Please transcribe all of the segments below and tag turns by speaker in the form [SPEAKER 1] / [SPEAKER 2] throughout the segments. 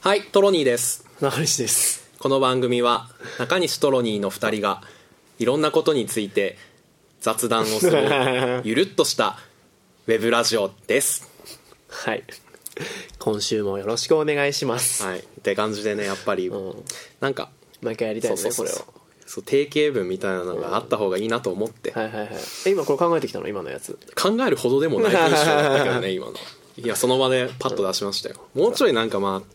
[SPEAKER 1] はいトロニーです
[SPEAKER 2] 中西です
[SPEAKER 1] この番組は中西トロニーの2人がいろんなことについて雑談をする ゆるっとしたウェブラジオです
[SPEAKER 2] はい今週もよろしくお願いします、
[SPEAKER 1] はいって感じでねやっぱり、
[SPEAKER 2] うん
[SPEAKER 1] なんか
[SPEAKER 2] 毎回やりたい
[SPEAKER 1] そう
[SPEAKER 2] よね
[SPEAKER 1] そうそう
[SPEAKER 2] こ
[SPEAKER 1] そう定型文みたいなのがあった方がいいなと思って、
[SPEAKER 2] れをはいはいはいえ今これ考えてきたの今のやつ
[SPEAKER 1] 考えるほどでもない文章だったけど ね今のいやその場でパッと出しましたよもうちょいなんかまあ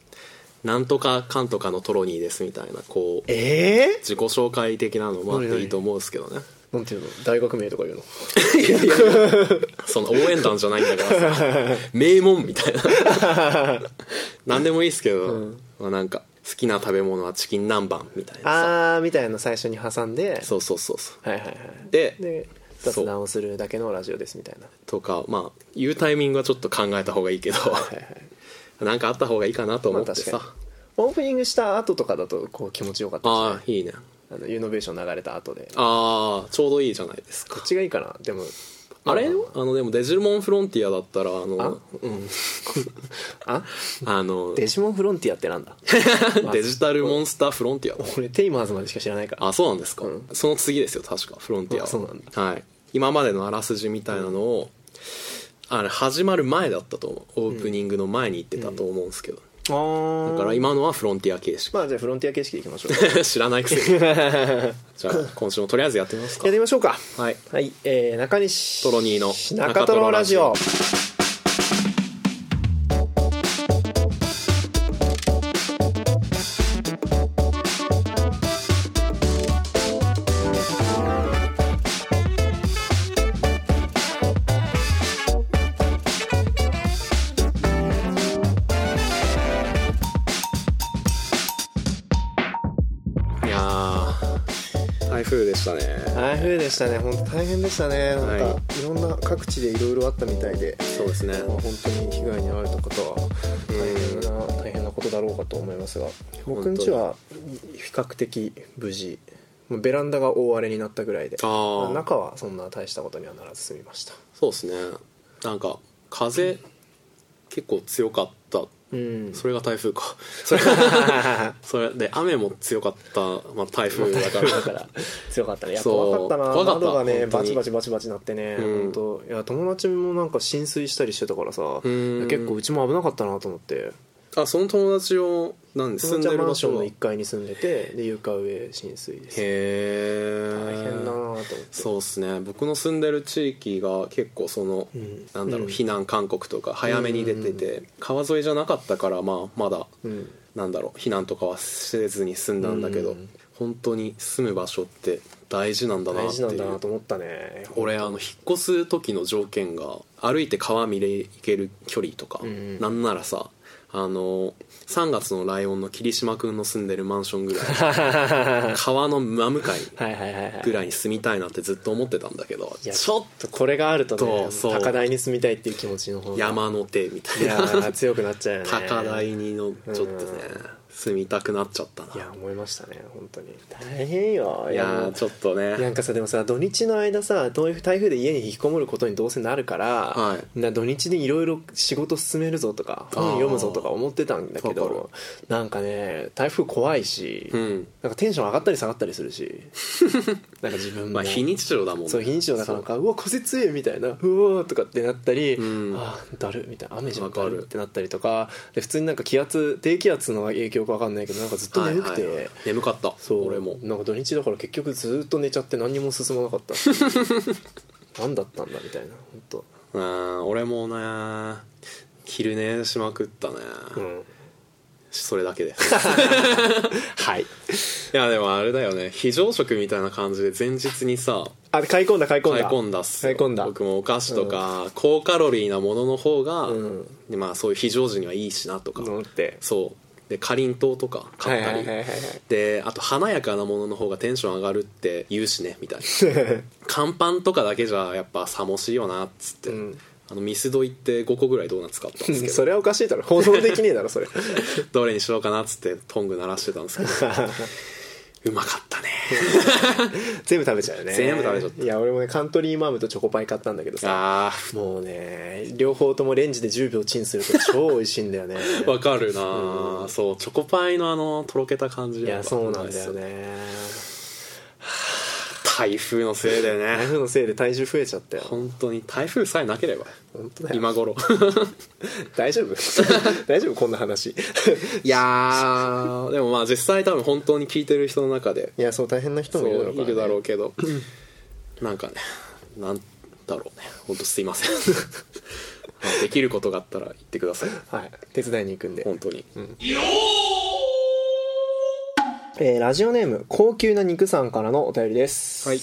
[SPEAKER 1] なんとかかんとかのトロニーですみたいなこう
[SPEAKER 2] ええ
[SPEAKER 1] 自己紹介的なのもあっていいと思うんですけどね
[SPEAKER 2] なんていうの大学名とか言うの
[SPEAKER 1] その応援団じゃないんだから さ名門みたいな何でもいいですけど、まあ、なんか好きな食べ物はチキン南蛮みたいなさ
[SPEAKER 2] あーみたいなの最初に挟んで
[SPEAKER 1] そうそうそうそ
[SPEAKER 2] はいはいは
[SPEAKER 1] うで
[SPEAKER 2] いで
[SPEAKER 1] そう
[SPEAKER 2] 雑談をするだけのラジオですみたいな
[SPEAKER 1] とかまあ言うタイミングはちょっと考えた方がいいけど
[SPEAKER 2] はいはい
[SPEAKER 1] なんかあった方がいいかなと
[SPEAKER 2] ま
[SPEAKER 1] 思っ
[SPEAKER 2] あ
[SPEAKER 1] て
[SPEAKER 2] 確
[SPEAKER 1] さ、
[SPEAKER 2] かにオープニングした後とかだとこう気持ちよかったし
[SPEAKER 1] ああいいね
[SPEAKER 2] あのユノベーション流れた後でこ
[SPEAKER 1] ああちょうどいいじゃないですか
[SPEAKER 2] っちがいいかなでも
[SPEAKER 1] あれあのでもデジモンフロンティアだったらあの
[SPEAKER 2] あ
[SPEAKER 1] あの
[SPEAKER 2] デジモンフロンティアって なんだ
[SPEAKER 1] デジタルモンスターフロンティアだ
[SPEAKER 2] 俺テイマーズまでしか知らないから
[SPEAKER 1] あそうなんですか、
[SPEAKER 2] うん
[SPEAKER 1] その次ですよ確かフロンティアは
[SPEAKER 2] あそうなんだ
[SPEAKER 1] はい、今までのあらすじみたいなのを、あれ始まる前だったと思うオープニングの前に言ってたと思うんですけど、
[SPEAKER 2] あ
[SPEAKER 1] だから今のはフロンティア形式、
[SPEAKER 2] まあじゃあフロンティア形式でいきましょう
[SPEAKER 1] 知らないく せにじゃあ今週もとりあえずやってみますか
[SPEAKER 2] やりましょうか
[SPEAKER 1] はい
[SPEAKER 2] はい、えー、中西
[SPEAKER 1] トロニーの
[SPEAKER 2] 中トロラジオ
[SPEAKER 1] いやー台風でしたね
[SPEAKER 2] 台風でしたね本当大変でしたねなんか、、
[SPEAKER 1] はい
[SPEAKER 2] ろんな各地でいろいろあったみたいで、
[SPEAKER 1] そうですね
[SPEAKER 2] まあ、本当に被害に遭われた方は大変な、大変なことだろうかと思いますが僕んちは比較的無事もうベランダが大荒れになったぐらいで
[SPEAKER 1] あー
[SPEAKER 2] まあ中はそんな大したことにはならず済みました
[SPEAKER 1] そうですねなんか風結構強かった
[SPEAKER 2] うん
[SPEAKER 1] それが台風かそれそれで雨も強かった、まあ、台風だから
[SPEAKER 2] だ から強かったねいや
[SPEAKER 1] そう
[SPEAKER 2] 怖かったな
[SPEAKER 1] 怖かった
[SPEAKER 2] 窓がね
[SPEAKER 1] 本当に
[SPEAKER 2] バチバチバチバチなってね、
[SPEAKER 1] うん
[SPEAKER 2] 本当いや友達もなんか浸水したりしてたからさ
[SPEAKER 1] ん
[SPEAKER 2] いや結構うちも危なかったなと思って
[SPEAKER 1] あその友達をなんで住んでる
[SPEAKER 2] 友達はマ
[SPEAKER 1] 場
[SPEAKER 2] ンション
[SPEAKER 1] 所
[SPEAKER 2] の
[SPEAKER 1] が
[SPEAKER 2] 1階に住んでてで床上浸水です
[SPEAKER 1] へ
[SPEAKER 2] 大変だなと
[SPEAKER 1] え
[SPEAKER 2] 思って
[SPEAKER 1] そうですね僕の住んでる地域が結構その、
[SPEAKER 2] ん
[SPEAKER 1] なんだろう
[SPEAKER 2] うん
[SPEAKER 1] 避難勧告とか早めに出てて、川沿いじゃなかったから、まあ、まだ、
[SPEAKER 2] うん
[SPEAKER 1] なんだろう避難とかはせずに済んだんだけど、
[SPEAKER 2] うん
[SPEAKER 1] 本当に住む場所って大事なんだな
[SPEAKER 2] 大
[SPEAKER 1] って
[SPEAKER 2] 事なんだ
[SPEAKER 1] い
[SPEAKER 2] な
[SPEAKER 1] う
[SPEAKER 2] と思ったね
[SPEAKER 1] 俺あの引っ越す時の条件が歩いて川見れ行ける距離とか、
[SPEAKER 2] うん
[SPEAKER 1] なんならさあの3月のライオンの霧島君の住んでるマンションぐらい 川の真向かい
[SPEAKER 2] はいはいはいはい
[SPEAKER 1] ぐらいに住みたいなってずっと思ってたんだけど
[SPEAKER 2] いや
[SPEAKER 1] ちょっ
[SPEAKER 2] ちょっとこれがあるとね
[SPEAKER 1] そうそう
[SPEAKER 2] 高台に住みたいっていう気持ちの方
[SPEAKER 1] と
[SPEAKER 2] が
[SPEAKER 1] 山の手みた
[SPEAKER 2] い
[SPEAKER 1] い
[SPEAKER 2] や
[SPEAKER 1] な
[SPEAKER 2] ー強くなっちゃうよね
[SPEAKER 1] 高台にのちょっとね住みたくなっちゃった
[SPEAKER 2] い
[SPEAKER 1] な
[SPEAKER 2] や思いましたね本当に大変よ
[SPEAKER 1] いやーちょっとね
[SPEAKER 2] なんかさでもさ土日の間さどういう台風で家に引きこもることにどうせなるから、
[SPEAKER 1] は
[SPEAKER 2] な土日でいろいろ仕事進めるぞとか
[SPEAKER 1] あー
[SPEAKER 2] 本読むぞとか思ってたんだけ
[SPEAKER 1] わか
[SPEAKER 2] どなんかね台風怖いし、
[SPEAKER 1] うん
[SPEAKER 2] なんかテンション上がったり下がったりす るしなんか自分も、
[SPEAKER 1] まあ非日常だもんね
[SPEAKER 2] そう非日常だからなんかうわ風強いみたいなうわーとかってなったり、
[SPEAKER 1] うん
[SPEAKER 2] あーだるみたいな雨じゃん
[SPEAKER 1] わか
[SPEAKER 2] だ
[SPEAKER 1] る
[SPEAKER 2] るってなったりとかで普通になんか気圧低気圧の影響か分かんないけどなんかずっと眠くて。
[SPEAKER 1] はいはいはい眠かった
[SPEAKER 2] そう
[SPEAKER 1] 俺も
[SPEAKER 2] なんか土日だから結局ずっと寝ちゃって何にも進まなかった 何だったんだみたいな本当
[SPEAKER 1] うん俺もね昼寝しまくったね、
[SPEAKER 2] うん
[SPEAKER 1] それだけで
[SPEAKER 2] はい
[SPEAKER 1] いやでもあれだよね非常食みたいな感じで前日にさ
[SPEAKER 2] あ買い込んだ買い込ん
[SPEAKER 1] 買い
[SPEAKER 2] だ
[SPEAKER 1] 込んだっすよ
[SPEAKER 2] 買い込んだ
[SPEAKER 1] 僕もお菓子とか、高カロリーなものの方が、
[SPEAKER 2] うん
[SPEAKER 1] でまあそういう非常時にはいいしなとか、
[SPEAKER 2] のって
[SPEAKER 1] そうでかりんとうとか買ったり、
[SPEAKER 2] はいはいはいはいはい
[SPEAKER 1] であと華やかなものの方がテンション上がるって言うしねみたいな 乾パンとかだけじゃやっぱさもしいよなっつって、
[SPEAKER 2] うん
[SPEAKER 1] あのミスド行って5個ぐらいドーナツ買ったんですけど
[SPEAKER 2] それはおかしいだろ放送できねえだ ろそれ
[SPEAKER 1] どれにしようかなっつってトング鳴らしてたんですけどうまかったね
[SPEAKER 2] 全部食べちゃうよね
[SPEAKER 1] 全部食べちゃった
[SPEAKER 2] いや俺もねカントリーマームとチョコパイ買ったんだけどさ
[SPEAKER 1] あ
[SPEAKER 2] もうね両方ともレンジで10秒チンすると超美味しい んだよね
[SPEAKER 1] ーわかるなー、そうチョコパイのあのとろけた感じ
[SPEAKER 2] いやそうなんだよね
[SPEAKER 1] 台風のせいで
[SPEAKER 2] 台
[SPEAKER 1] ね
[SPEAKER 2] 風のせいで体重増えちゃったよ
[SPEAKER 1] 本当に台風さえなければ
[SPEAKER 2] 本当だよ
[SPEAKER 1] 今頃
[SPEAKER 2] 大 丈夫大丈夫こんな 話
[SPEAKER 1] いやーでもまあ実際多分本当に聞いてる人の中で
[SPEAKER 2] いやそう大変な人
[SPEAKER 1] そ
[SPEAKER 2] もいるだ
[SPEAKER 1] う
[SPEAKER 2] ろう
[SPEAKER 1] い
[SPEAKER 2] からね
[SPEAKER 1] るだろうけどなんかねなんだろうね本当すいません まあできることがあったら言ってください
[SPEAKER 2] はい手伝いに行くんで、
[SPEAKER 1] 本当に、
[SPEAKER 2] えーラジオネーム高級な肉さんからのお便りです
[SPEAKER 1] はい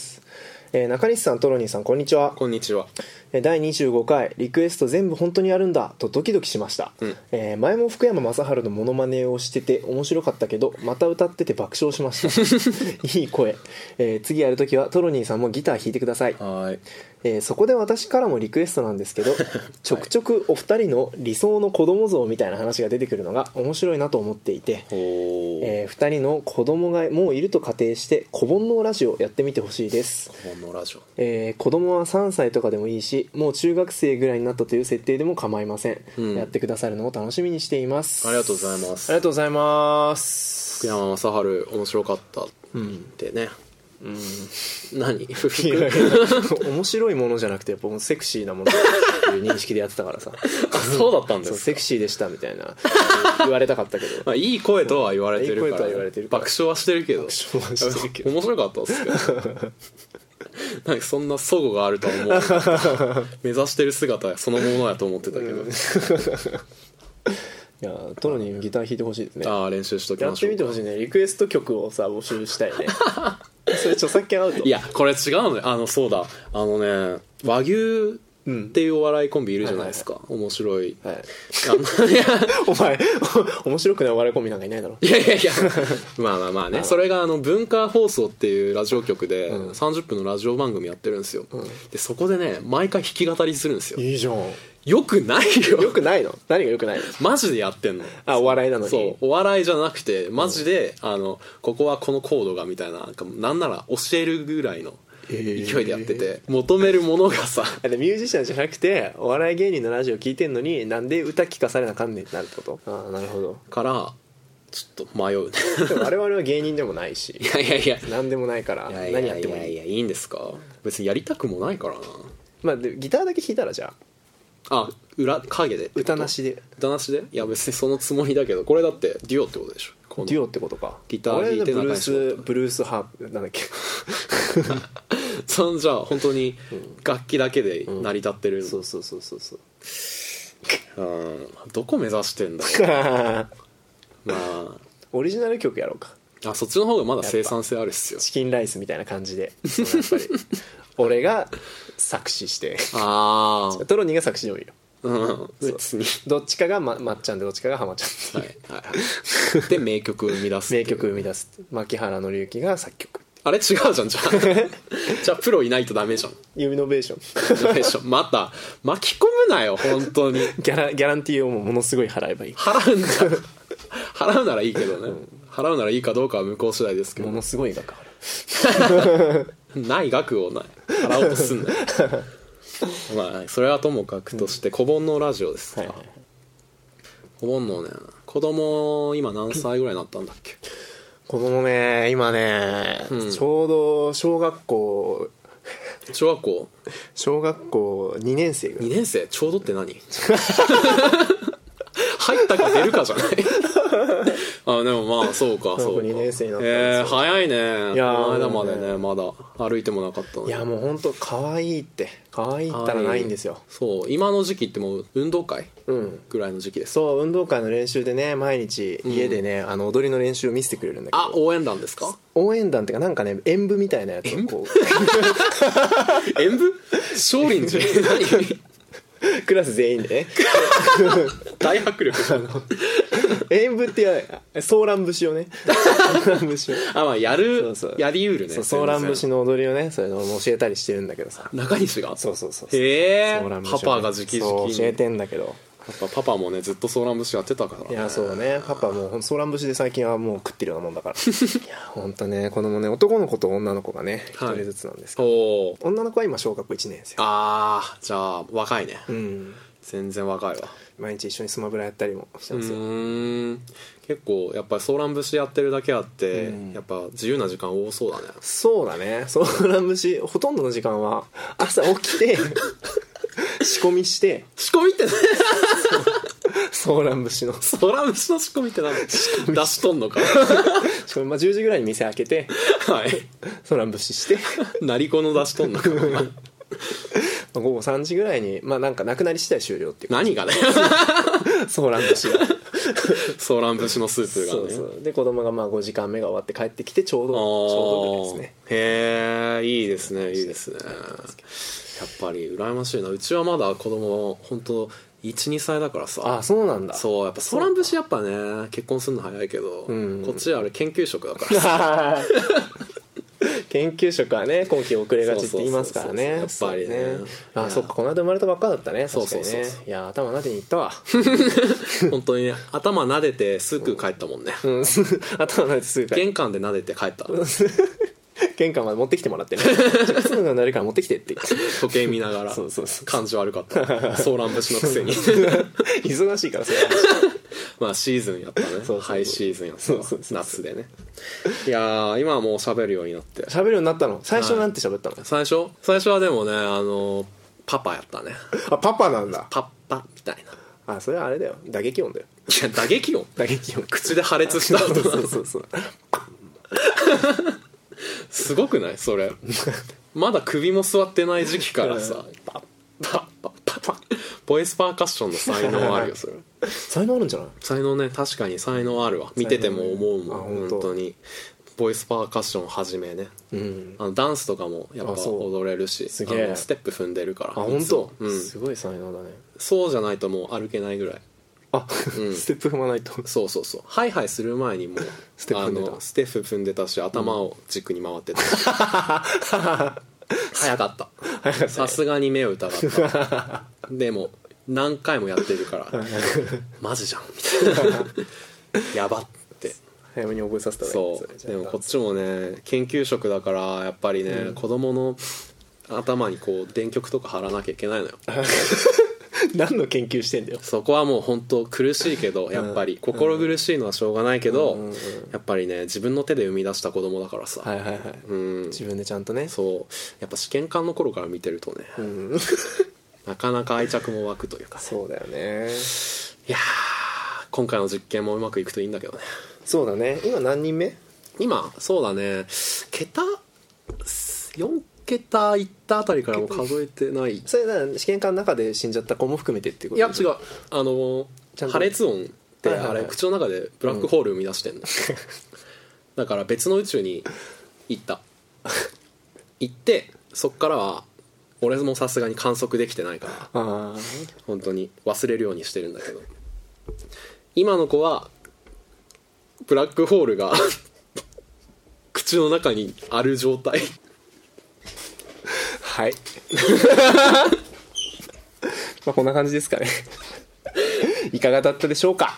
[SPEAKER 2] えー中西さんトロニーさんこんにちは
[SPEAKER 1] こんにちは
[SPEAKER 2] えー第25回リクエスト全部本当にあるんだとドキドキしました、
[SPEAKER 1] うん
[SPEAKER 2] えー前も福山雅治のモノマネをしてて面白かったけどまた歌ってて爆笑しました いい声、えー次やるときはトロニーさんもギター弾いてください、
[SPEAKER 1] はい
[SPEAKER 2] えーそこで私からもリクエストなんです けどちょくちょくお二人の理想の子供像みたいな話が出てくるのが面白いなと思っていて、
[SPEAKER 1] おー
[SPEAKER 2] え2人の子供がもういると仮定して子煩悩ラジオやってみてほしいです
[SPEAKER 1] このラジオ
[SPEAKER 2] えー子供は3歳とかでもいいしもう中学生ぐらいになったという設定でも構いません、
[SPEAKER 1] うん
[SPEAKER 2] やってくださるのを楽しみにしています
[SPEAKER 1] ありがとうございま
[SPEAKER 2] あり
[SPEAKER 1] す
[SPEAKER 2] がとうございます
[SPEAKER 1] 福山雅治面白かったっ
[SPEAKER 2] うん、
[SPEAKER 1] てね
[SPEAKER 2] うん、
[SPEAKER 1] 何不
[SPEAKER 2] いやいや
[SPEAKER 1] 服
[SPEAKER 2] 面白いものじゃなくてやっぱもうセクシーなものだっていう認識でやってたからさ
[SPEAKER 1] あそうだったんで
[SPEAKER 2] そう
[SPEAKER 1] す
[SPEAKER 2] セ
[SPEAKER 1] か
[SPEAKER 2] クシーでしたみたいな 言われたかったけど
[SPEAKER 1] まあ、いい声とは言われてるから
[SPEAKER 2] いい声とは言われてるから
[SPEAKER 1] 爆笑はしてるけど
[SPEAKER 2] 笑はしてるけど
[SPEAKER 1] 面白かったですけどなんかそんな齟齬があるとは思うなかった 目指してる姿そのものやと思ってたけど、
[SPEAKER 2] いやトロにギター弾いてほしいですね
[SPEAKER 1] ああ練習しとき
[SPEAKER 2] や
[SPEAKER 1] ま
[SPEAKER 2] っ
[SPEAKER 1] してょ
[SPEAKER 2] み
[SPEAKER 1] う
[SPEAKER 2] てほしいねリクエスト曲をさ募集したい ねそれ著作権アウト
[SPEAKER 1] いやこれ違うのよあのそうだあのね和牛っていうお笑いコンビいるじゃないですか、面白い、
[SPEAKER 2] はい
[SPEAKER 1] あのいや
[SPEAKER 2] お前 お面白くないお笑いコンビなんかいないだろ
[SPEAKER 1] いやいや いやまあまあまあねそれがあの文化放送っていうラジオ局で30分のラジオ番組やってるんですよ、でそこでね毎回弾き語りするんですよ
[SPEAKER 2] いいじゃん
[SPEAKER 1] よくないよ
[SPEAKER 2] よくないの何がよくないの
[SPEAKER 1] マジでやってんの
[SPEAKER 2] あお笑いなのに
[SPEAKER 1] そうお笑いじゃなくてマジで、あのここはこのコードがみたいななんかなんなら教えるぐらいの勢いでやってて、求めるものがさ
[SPEAKER 2] あでミュージシャンじゃなくてお笑い芸人のラジオ聞いてんのになんで歌聞かされなあかんねんってなるってことああなるほど
[SPEAKER 1] からちょっと迷うね
[SPEAKER 2] でも我々は芸人でもないし
[SPEAKER 1] いやいやいや
[SPEAKER 2] 何でもないから
[SPEAKER 1] いや
[SPEAKER 2] 何
[SPEAKER 1] い
[SPEAKER 2] や
[SPEAKER 1] や
[SPEAKER 2] っ
[SPEAKER 1] い
[SPEAKER 2] ても
[SPEAKER 1] や
[SPEAKER 2] い
[SPEAKER 1] い
[SPEAKER 2] い
[SPEAKER 1] やいいんですか別にやりたくもないからな
[SPEAKER 2] まあでギターだけ弾いたらじゃあ
[SPEAKER 1] あ裏影で
[SPEAKER 2] 歌なしで
[SPEAKER 1] 歌なしでいや別にそのつもりだけどこれだってデュオってことでしょこの
[SPEAKER 2] デュオってことか
[SPEAKER 1] ギター弾いて仲
[SPEAKER 2] 俺はブルー
[SPEAKER 1] 良
[SPEAKER 2] ス
[SPEAKER 1] く
[SPEAKER 2] ブルースハープなんだっけ
[SPEAKER 1] そんじゃあ本当に楽器だけで成り立ってる、
[SPEAKER 2] そうそうそうそうそう
[SPEAKER 1] うんどこ目指してんだろうま
[SPEAKER 2] オリジナル曲やろうか
[SPEAKER 1] ああそっちの方がまだ生産性あるっすよ
[SPEAKER 2] チキンライスみたいな感じでそのやっぱり俺が作詞して
[SPEAKER 1] ああ
[SPEAKER 2] トロニーが作詞でもいいよ
[SPEAKER 1] うん別に
[SPEAKER 2] どっちかがままっちゃんでどっちかが浜ちゃんっていう
[SPEAKER 1] はいはいはいで名曲生み出す
[SPEAKER 2] 名曲生み出す牧原紀之が作曲
[SPEAKER 1] あれ違うじゃんじゃあじゃあプロいないとダメじゃん
[SPEAKER 2] ユノベーション
[SPEAKER 1] ダメでしょまた巻き込むなよ本当に
[SPEAKER 2] ギャラギャランティーをもうものすごい払えばいい
[SPEAKER 1] 払うんだ払うならいいけどね、払うならいいかどうかは向こう次第ですけ
[SPEAKER 2] も
[SPEAKER 1] ど
[SPEAKER 2] のすごい額払
[SPEAKER 1] ない額をない払おうとすん なよまあそれはともかくとして、小盆のラジオですか、
[SPEAKER 2] はいはいはい
[SPEAKER 1] 小盆のね子供今何歳ぐらいになったんだっけ
[SPEAKER 2] 子供ね今ね、ちょうど小学校
[SPEAKER 1] 小学校
[SPEAKER 2] 小学校2年生ぐらい
[SPEAKER 1] 2年生ちょうどって何 入ったか出るかじゃないあでもまあそうかそうか
[SPEAKER 2] 二年生になったんですよ
[SPEAKER 1] えー早いね
[SPEAKER 2] いやー
[SPEAKER 1] この間までねまだ歩いてもなかったのに
[SPEAKER 2] いやもう本当可愛いって可愛いったらないんですよ
[SPEAKER 1] そう今の時期ってもう運動会
[SPEAKER 2] うん
[SPEAKER 1] ぐらいの時期です
[SPEAKER 2] そう運動会の練習でね毎日家でね、あの踊りの練習を見せてくれるんだけ
[SPEAKER 1] あ
[SPEAKER 2] ど
[SPEAKER 1] 応援団ですか
[SPEAKER 2] 応援団っていうかなんかね演舞みたいなやつをこう
[SPEAKER 1] 演舞少林寺 何
[SPEAKER 2] クラス全員で ね
[SPEAKER 1] 大迫力
[SPEAKER 2] 演舞ってやソーラン節をね ソーラン節を
[SPEAKER 1] あまあやる
[SPEAKER 2] そうそう
[SPEAKER 1] やりうるね
[SPEAKER 2] そうソーラン
[SPEAKER 1] 全然
[SPEAKER 2] 節の踊りをねそれで教えたりしてるんだけどさ
[SPEAKER 1] 中西が
[SPEAKER 2] そうそうそう
[SPEAKER 1] へえ
[SPEAKER 2] ソーラン節を
[SPEAKER 1] パ
[SPEAKER 2] ね
[SPEAKER 1] パが直々
[SPEAKER 2] そう教え
[SPEAKER 1] に
[SPEAKER 2] てんだけど
[SPEAKER 1] パパパパもねずっとソーラン節やってたから、
[SPEAKER 2] いやそうだねパパもうほんソーラン節で最近はもう食ってるようなもんだか らいや本当ねこのもね男の子と女の子がね一
[SPEAKER 1] はい
[SPEAKER 2] 人ずつなんですけ
[SPEAKER 1] お
[SPEAKER 2] ど、
[SPEAKER 1] お
[SPEAKER 2] 女の子は今小学校1年生
[SPEAKER 1] あーじゃあ若いね、
[SPEAKER 2] うん
[SPEAKER 1] 全然若いわ
[SPEAKER 2] 毎日一緒にスマブラやったりもして
[SPEAKER 1] う
[SPEAKER 2] ますよ
[SPEAKER 1] ーん結構やっぱりソーラン節やってるだけあって、
[SPEAKER 2] うん
[SPEAKER 1] やっぱ自由な時間多そうだね
[SPEAKER 2] そうだねソーラン節ほとんどの時間は朝 起きて仕込みして
[SPEAKER 1] 仕込みってね
[SPEAKER 2] ソーラン節の
[SPEAKER 1] ソーラン節の仕込みって何出しとんのか
[SPEAKER 2] 仕込み、まあ、10時ぐらいに店開けて
[SPEAKER 1] はい
[SPEAKER 2] ソーラン節して
[SPEAKER 1] なりこの出しとんの か
[SPEAKER 2] まあ午後3時ぐらいにまあなんかなくなり次第終了っていう
[SPEAKER 1] 何がね
[SPEAKER 2] ソーラン節が
[SPEAKER 1] ソーラン節のスープがね
[SPEAKER 2] そうそうで子供がまあ5時間目が終わって帰ってきてちょうどち
[SPEAKER 1] あー
[SPEAKER 2] ょうどぐらいですね
[SPEAKER 1] へえいいですねいいですねやっぱり羨ましいなうちはまだ子供本当12歳だから
[SPEAKER 2] あ
[SPEAKER 1] さ
[SPEAKER 2] あそうなんだ
[SPEAKER 1] そうやっぱソラン節やっぱね結婚するの早いけど、
[SPEAKER 2] うん
[SPEAKER 1] こっちあれ研究職だからさ
[SPEAKER 2] あー 研究職はね今期遅れがちって言いますからね
[SPEAKER 1] そうそうそうそうやっぱりね
[SPEAKER 2] そうあそっかこの間生まれたばっかだったね
[SPEAKER 1] そう
[SPEAKER 2] 確か
[SPEAKER 1] そう
[SPEAKER 2] に
[SPEAKER 1] そう
[SPEAKER 2] ねいやー頭撫でに行ったわ
[SPEAKER 1] 本当にね頭撫でてすぐ帰ったもんね、
[SPEAKER 2] うん 頭撫でてすぐ帰る
[SPEAKER 1] 玄関で撫でて帰った
[SPEAKER 2] 玄関まで持ってきても らってねすぐなるから持ってきてって 言って
[SPEAKER 1] 時計見ながら
[SPEAKER 2] そうそうそう
[SPEAKER 1] 感じ悪かったソーラン節のくせ に
[SPEAKER 2] 忙しいからそれは
[SPEAKER 1] まあシーズンやったね
[SPEAKER 2] そうそう
[SPEAKER 1] ハイシーズンやったわ
[SPEAKER 2] そうそうそう
[SPEAKER 1] 夏でねいやー今はもう喋るようになって
[SPEAKER 2] 喋るようになったの最初なんて喋ったの、
[SPEAKER 1] 最初最初はでもねあのパパやったね
[SPEAKER 2] あパパなんだ
[SPEAKER 1] パッパみたいない
[SPEAKER 2] あそれはあれだよ打撃音だよ
[SPEAKER 1] や打撃音
[SPEAKER 2] 打撃音
[SPEAKER 1] 口で破裂した
[SPEAKER 2] そうそ
[SPEAKER 1] 音
[SPEAKER 2] うそうそう
[SPEAKER 1] すごくないそれまだ首も座ってない時期からさ
[SPEAKER 2] パ
[SPEAKER 1] パッパッパッパッボイスパーカッションの才能あるよそれ
[SPEAKER 2] 才能あるんじゃない
[SPEAKER 1] 才能ね確かに才能あるわ見てても思う
[SPEAKER 2] あ
[SPEAKER 1] もん
[SPEAKER 2] 本
[SPEAKER 1] 本
[SPEAKER 2] 当
[SPEAKER 1] 当にボイスパーカッションはじめね
[SPEAKER 2] うん
[SPEAKER 1] あのダンスとかもやっぱ
[SPEAKER 2] あそう
[SPEAKER 1] 踊れるし
[SPEAKER 2] すげえ
[SPEAKER 1] あのステップ踏んでるから
[SPEAKER 2] あ本当、
[SPEAKER 1] うん
[SPEAKER 2] すごい才能だね
[SPEAKER 1] そうじゃないともう歩けないぐらい
[SPEAKER 2] あ、
[SPEAKER 1] うん
[SPEAKER 2] ステップ踏まないと
[SPEAKER 1] そうそうそうハイハイする前にもう
[SPEAKER 2] ステップ踏んでた
[SPEAKER 1] あのステップ踏んでたし頭を軸に回って た、早かったさすがに目を疑った でも何回もやってるからマジじゃんみたいなやばって
[SPEAKER 2] 早めに覚えさせたらいいね
[SPEAKER 1] そ
[SPEAKER 2] れ
[SPEAKER 1] う
[SPEAKER 2] じゃあ
[SPEAKER 1] でもこっちもね研究職だからやっぱりね、子供の頭にこう電極とか貼らなきゃいけないのよ
[SPEAKER 2] 何の研究してんだよ
[SPEAKER 1] そこはもう本当苦しいけどやっぱり心苦しいのはしょうがないけど、やっぱりね自分の手で生み出した子供だからさ、
[SPEAKER 2] はいはいはい、
[SPEAKER 1] うん
[SPEAKER 2] 自分でちゃんとね
[SPEAKER 1] そうやっぱ試験官の頃から見てるとね、
[SPEAKER 2] ん
[SPEAKER 1] なかなか愛着も湧くというか
[SPEAKER 2] そうだよね
[SPEAKER 1] いやー今回の実験もうまくいくといいんだけどね
[SPEAKER 2] そうだね今何人目
[SPEAKER 1] 今そうだね桁4桁いったあたりからもう数えてない
[SPEAKER 2] それなら試験管の中で死んじゃった子も含めてっていうこ
[SPEAKER 1] い
[SPEAKER 2] と
[SPEAKER 1] や
[SPEAKER 2] で
[SPEAKER 1] 違
[SPEAKER 2] しょ
[SPEAKER 1] うあの
[SPEAKER 2] ちゃんと
[SPEAKER 1] 破裂音って
[SPEAKER 2] はいはい
[SPEAKER 1] あ
[SPEAKER 2] はい
[SPEAKER 1] れ口の中でブラックホール生み出してんの、だから別の宇宙に行った行ってそっからは俺もさすがに観測できてないから
[SPEAKER 2] あ
[SPEAKER 1] 本当に忘れるようにしてるんだけど今の子はブラックホールが 口の中にある状態
[SPEAKER 2] あはい まあこんな感じです かねいかがだったでしょうか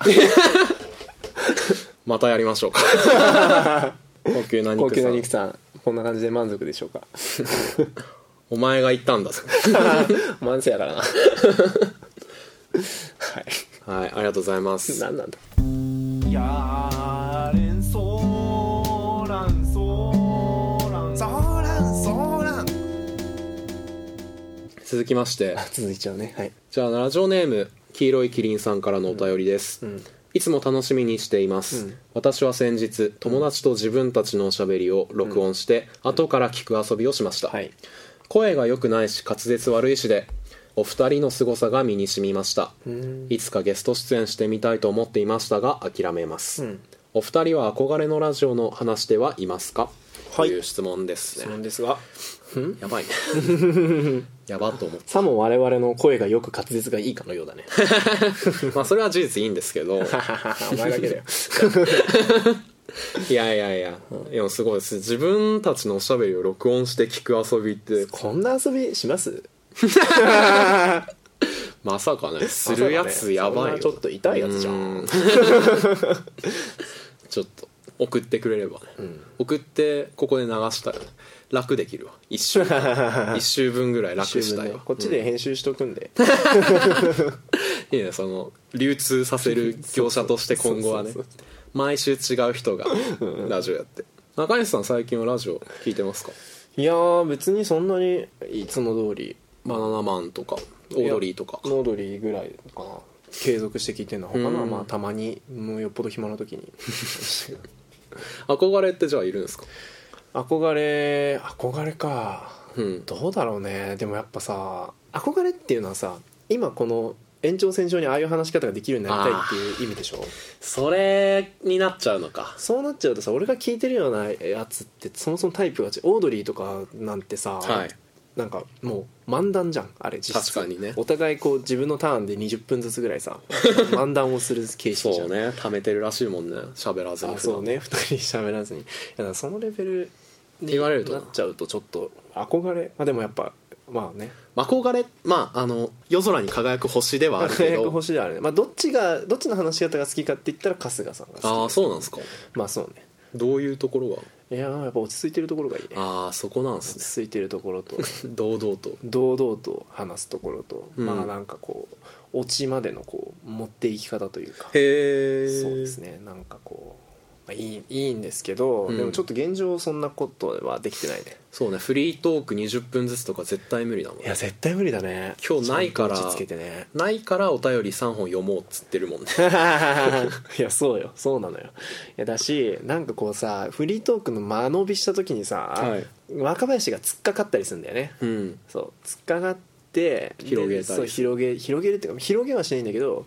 [SPEAKER 1] またやりまし ょうか高級な
[SPEAKER 2] 高
[SPEAKER 1] 肉
[SPEAKER 2] 級
[SPEAKER 1] さ
[SPEAKER 2] なん肉さんこんな感じで満足でしょうか
[SPEAKER 1] お前が言ったんだぞ
[SPEAKER 2] 満世やからなはい
[SPEAKER 1] はいありがとうございます
[SPEAKER 2] 何なんだ
[SPEAKER 3] やれんそーらんそーらんそーらんそーらん
[SPEAKER 1] 続きまして
[SPEAKER 2] 続いちゃうねはい
[SPEAKER 1] じゃあラジオネーム黄色いキリンさんからのお便りです、いつも楽しみにしています、私は先日友達と自分たちのおしゃべりを録音して、後から聞く遊びをしました、
[SPEAKER 2] はい
[SPEAKER 1] 声が良くないし滑舌悪いしでお二人の凄さが身に染みましたいつかゲスト出演してみたいと思っていましたが諦めます、お二人は憧れのラジオの話ではいますか、
[SPEAKER 2] はい
[SPEAKER 1] という質問です
[SPEAKER 2] 質
[SPEAKER 1] ね
[SPEAKER 2] 問ですが
[SPEAKER 1] や ばいねやばと思っ
[SPEAKER 2] さも我々の声がよく滑舌がいい かのようだね
[SPEAKER 1] てまあそれは事実いいんですけ ど
[SPEAKER 2] お前だけだよ
[SPEAKER 1] いやいやいやでもすごいです自分たちのおしゃべりを録音して聞く遊びって
[SPEAKER 2] こんな遊びします
[SPEAKER 1] まさかねするやつやばいよ、
[SPEAKER 2] そんなちょっと痛いやつじゃん
[SPEAKER 1] うーちょっと送ってくれればね、
[SPEAKER 2] ん
[SPEAKER 1] 送ってここで流したらね楽できるわ一週 一週分ぐらい楽したいわ、
[SPEAKER 2] こっちで編集しとくんで、
[SPEAKER 1] いいねその流通させる業者として今後はね
[SPEAKER 2] そうそう
[SPEAKER 1] 毎週違う人がラジオやって中西さん最近はラジオ聞いてますか
[SPEAKER 2] いやー別にそんなにいつも通り
[SPEAKER 1] バナナマンとかオードリーとか
[SPEAKER 2] いやオードリーぐらいかな継続して聞いてるのは他のは
[SPEAKER 1] うん
[SPEAKER 2] まあたまにもうよっぽど暇な時 に
[SPEAKER 1] 憧れってじゃあいるんですか
[SPEAKER 2] 憧れ憧れか
[SPEAKER 1] うん
[SPEAKER 2] どうだろうねでもやっぱさ憧れっていうのはさ今この延長線上にああいう話し方ができるようになりたいっていう意味でしょ
[SPEAKER 1] それになっちゃうのか
[SPEAKER 2] そうなっちゃうとさ俺が聞いてるようなやつってそもそもタイプが違うオードリーとかなんてさ、
[SPEAKER 1] はい
[SPEAKER 2] なんかもう漫談じゃんあれ実質
[SPEAKER 1] 確かにね
[SPEAKER 2] お互いこう自分のターンで20分ずつぐら いさ漫談をする形式じゃ
[SPEAKER 1] そ
[SPEAKER 2] ん
[SPEAKER 1] うね貯めてるらしいもんね喋らずに
[SPEAKER 2] あそうね2人喋らずにいやだからそのレベルに
[SPEAKER 1] 言われるとな
[SPEAKER 2] なっちゃうとちょっと憧れまあでもやっぱまあね
[SPEAKER 1] 憧れまああの夜空に輝く星ではあるけ
[SPEAKER 2] 輝く
[SPEAKER 1] ど
[SPEAKER 2] 星ではあるねまあどっちがどっちの話し方が好きかって言ったら春日さんが
[SPEAKER 1] あ
[SPEAKER 2] 好
[SPEAKER 1] あそうなんですか
[SPEAKER 2] きまあそうね
[SPEAKER 1] どういうところが
[SPEAKER 2] いやーやっぱ落ち着いてるところがいいね
[SPEAKER 1] ああそこなんで
[SPEAKER 2] 落
[SPEAKER 1] す
[SPEAKER 2] ち着いてるところと
[SPEAKER 1] ね堂々と
[SPEAKER 2] 堂々と話すところと、
[SPEAKER 1] うん
[SPEAKER 2] まあなんかこう落ちまでのこう持っていき方というか
[SPEAKER 1] へえ
[SPEAKER 2] そうですねなんかこう、まあ、いいいいんですけど、
[SPEAKER 1] うん
[SPEAKER 2] でもちょっと現状そんなことはできてないね
[SPEAKER 1] そうねフリートーク20分ずつとか絶対無理だもん
[SPEAKER 2] いや
[SPEAKER 1] ね
[SPEAKER 2] 絶対無理だね
[SPEAKER 1] 今日ないから
[SPEAKER 2] ちゃんと落ち着けてね
[SPEAKER 1] ないからお便り3本読もうっつってるもんね
[SPEAKER 2] いやそうよそうなのよいやだしなんかこうさフリートークの間延びした時にさ、
[SPEAKER 1] はい
[SPEAKER 2] 若林が突っかかったりするんだよね
[SPEAKER 1] うん
[SPEAKER 2] そう突っかかって
[SPEAKER 1] 広げたり
[SPEAKER 2] です
[SPEAKER 1] る
[SPEAKER 2] そう広げ広げるっていうか広げはしないんだけ ど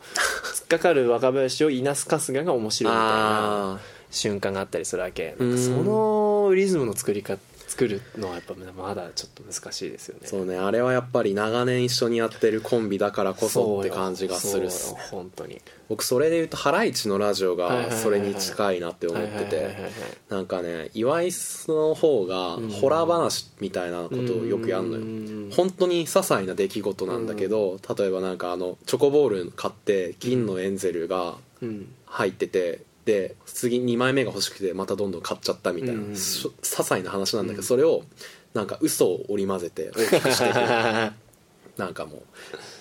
[SPEAKER 2] 突っかかる若林をいなす春日が面白いみたいな
[SPEAKER 1] あ
[SPEAKER 2] 瞬間があったりするわけ
[SPEAKER 1] う
[SPEAKER 2] なん
[SPEAKER 1] ん
[SPEAKER 2] かそのリズムの作りか作るのはやっぱまだちょっと難しいですよね
[SPEAKER 1] あそうねあれはやっぱり長年一緒にやってるコンビだからこそ
[SPEAKER 2] う
[SPEAKER 1] っ
[SPEAKER 2] よ
[SPEAKER 1] て感じがするっ
[SPEAKER 2] そ
[SPEAKER 1] す
[SPEAKER 2] うよ本当に
[SPEAKER 1] 僕それで言うとハライチのラジオ
[SPEAKER 2] はいは
[SPEAKER 1] が
[SPEAKER 2] いはいはい
[SPEAKER 1] それに近いなって思って
[SPEAKER 2] はいはいはいは
[SPEAKER 1] て
[SPEAKER 2] い
[SPEAKER 1] なんかね岩井の方が
[SPEAKER 2] ん
[SPEAKER 1] ホラー話みたいなことをよくやる
[SPEAKER 2] う
[SPEAKER 1] の
[SPEAKER 2] ん
[SPEAKER 1] よ本当に些細な出来事なんだけど例えばなんかあのチョコボール買って銀のエンゼルが
[SPEAKER 2] うん
[SPEAKER 1] 入っててで次2枚目が欲しくてまたどんどん買っちゃったみたい
[SPEAKER 2] うん
[SPEAKER 1] なしょ些細な話なんだけどそれをなんか嘘を織り交ぜて大きくしていく なんかもう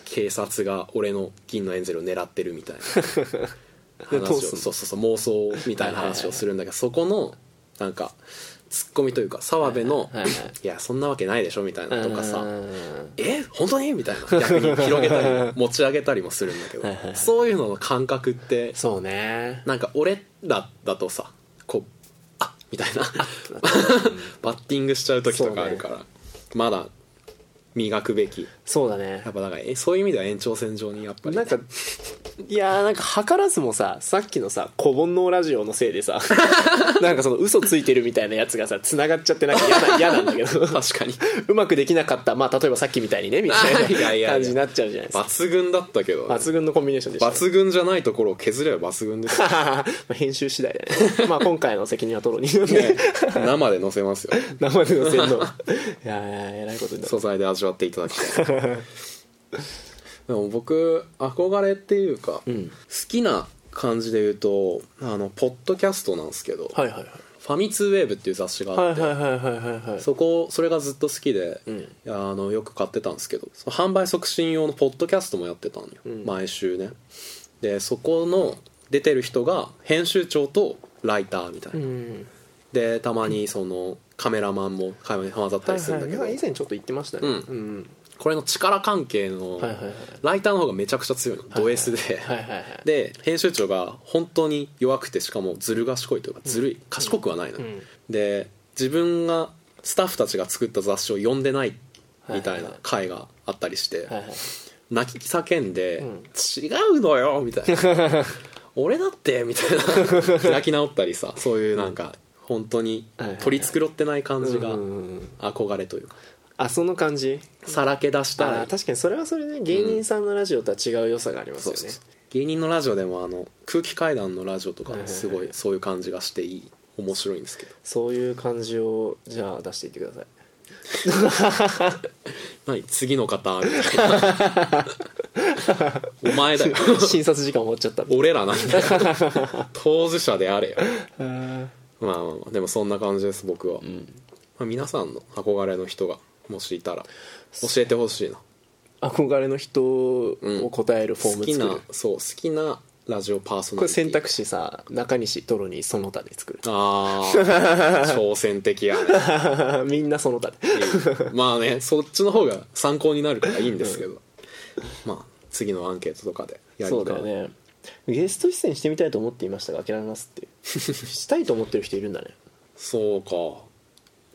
[SPEAKER 1] 警察が俺の銀のエンゼルを狙ってるみたいな 話を
[SPEAKER 2] 通す
[SPEAKER 1] そう
[SPEAKER 2] の
[SPEAKER 1] そうそう妄想みたいな話をするんだけどそこのなんかツッコミというか澤部の
[SPEAKER 2] はいはいはい
[SPEAKER 1] 「いやそんなわけないでしょ」みたいなとかさ
[SPEAKER 2] うん
[SPEAKER 1] え本当にみたいな逆に広げたり持ち上げたりもするんだけど
[SPEAKER 2] はいはいはい
[SPEAKER 1] そういうのの感覚って
[SPEAKER 2] そうね
[SPEAKER 1] なんか俺らだとさこうあみたいな バッティングしちゃう時とかあるから、まだ磨くべき
[SPEAKER 2] そうだね
[SPEAKER 1] やっぱだからえそういう意味では延長線上にやっぱり、ね、
[SPEAKER 2] なんか、いやーなんか図らずもさ、さっきのさ、古本のラジオのせいで さ、なんかその嘘ついてるみたいなやつがさ、繋がっちゃってなんか嫌 な、嫌なんだけど、
[SPEAKER 1] 確かに
[SPEAKER 2] うまくできなかった、まあ例えばさっきみたいにね、みたい
[SPEAKER 1] あいやいやい
[SPEAKER 2] な
[SPEAKER 1] や
[SPEAKER 2] 感じになっちゃうじゃないですか。
[SPEAKER 1] 抜群だったけど
[SPEAKER 2] 抜群のコンビネーションでした、ね。
[SPEAKER 1] 抜群じゃないところを削れば抜群ですよ
[SPEAKER 2] まあ編集次第だね。まあ今回の責任は取ろうに。
[SPEAKER 1] ね生で載せますよ
[SPEAKER 2] 生でのせん の。いやーえらいことになる。
[SPEAKER 1] 素材で味わっていただき たいでも僕憧れっていうか、好きな感じで言うとあのポッドキャストなんですけど、
[SPEAKER 2] はいはいはい。
[SPEAKER 1] ファミツウェーブっていう雑誌があって、
[SPEAKER 2] はいはいはいはいはいはい。
[SPEAKER 1] そこそれがずっと好きで、
[SPEAKER 2] ん
[SPEAKER 1] いやあのよく買ってたんですけどその販売促進用のポッドキャストもやってたんよ、毎週ねでそこの出てる人が編集長とライターみたいな、
[SPEAKER 2] うん。
[SPEAKER 1] でたまにそのカメラマンも会話に混ざった
[SPEAKER 2] はい
[SPEAKER 1] りするん
[SPEAKER 2] は
[SPEAKER 1] だ
[SPEAKER 2] い。
[SPEAKER 1] けど、
[SPEAKER 2] なんか以前ちょっと言ってましたね。
[SPEAKER 1] うん
[SPEAKER 2] うん。
[SPEAKER 1] これの力関係の
[SPEAKER 2] はいはいはい
[SPEAKER 1] ライターの方がめちゃくちゃ強いの、ド S で、
[SPEAKER 2] はいはいはい。
[SPEAKER 1] で編集長が本当に弱くてしかもずる賢いというかずるい、賢くはないの、
[SPEAKER 2] ん
[SPEAKER 1] で自分がスタッフたちが作った雑誌を読んでないみたいな回があったりして、
[SPEAKER 2] はいはい。
[SPEAKER 1] 泣き叫んで「
[SPEAKER 2] ん
[SPEAKER 1] 違うのよ」みたいな 「俺だって」みたいな開き直ったりさそういうなんか本当に取り繕ってない感じが
[SPEAKER 2] うんうんうん
[SPEAKER 1] 憧れというか
[SPEAKER 2] あその感じ
[SPEAKER 1] さらけ出した
[SPEAKER 2] あ
[SPEAKER 1] ら
[SPEAKER 2] ー確かにそれはそれで芸人さんのラジオとは違う良さがあります
[SPEAKER 1] そ
[SPEAKER 2] よ
[SPEAKER 1] うそ
[SPEAKER 2] ね
[SPEAKER 1] うそう芸人のラジオでもあの空気階段のラジオとか
[SPEAKER 2] はいはいはい
[SPEAKER 1] すごいそういう感じがしていい面白いんですけど
[SPEAKER 2] そういう感じをじゃあ出していってください
[SPEAKER 1] 何次の方みたいなお前だよ
[SPEAKER 2] 診察時間終わっちゃった
[SPEAKER 1] 俺らなんだよ 当事者であれよ
[SPEAKER 2] あー
[SPEAKER 1] まあまあまあでもそんな感じです僕は、
[SPEAKER 2] ん
[SPEAKER 1] まあ、皆さんの憧れの人がもしいたら教えてほしいな
[SPEAKER 2] 憧れの人を答えるフォー
[SPEAKER 1] 好
[SPEAKER 2] ム
[SPEAKER 1] き
[SPEAKER 2] 作る、
[SPEAKER 1] なそう好きなラジオパーソナ
[SPEAKER 2] これ
[SPEAKER 1] リティ
[SPEAKER 2] 選択肢さ中西トロにその他で作る
[SPEAKER 1] ああ挑戦的やね
[SPEAKER 2] みんなそ の他で
[SPEAKER 1] まあねそっちの方が参考になるからいいんですけど、まあ次のアンケートとかでやり
[SPEAKER 2] そう
[SPEAKER 1] か
[SPEAKER 2] だよねゲスト出演してみたいと思っていましたが諦めま すっていうしたいと思ってる人いるんだね
[SPEAKER 1] そうか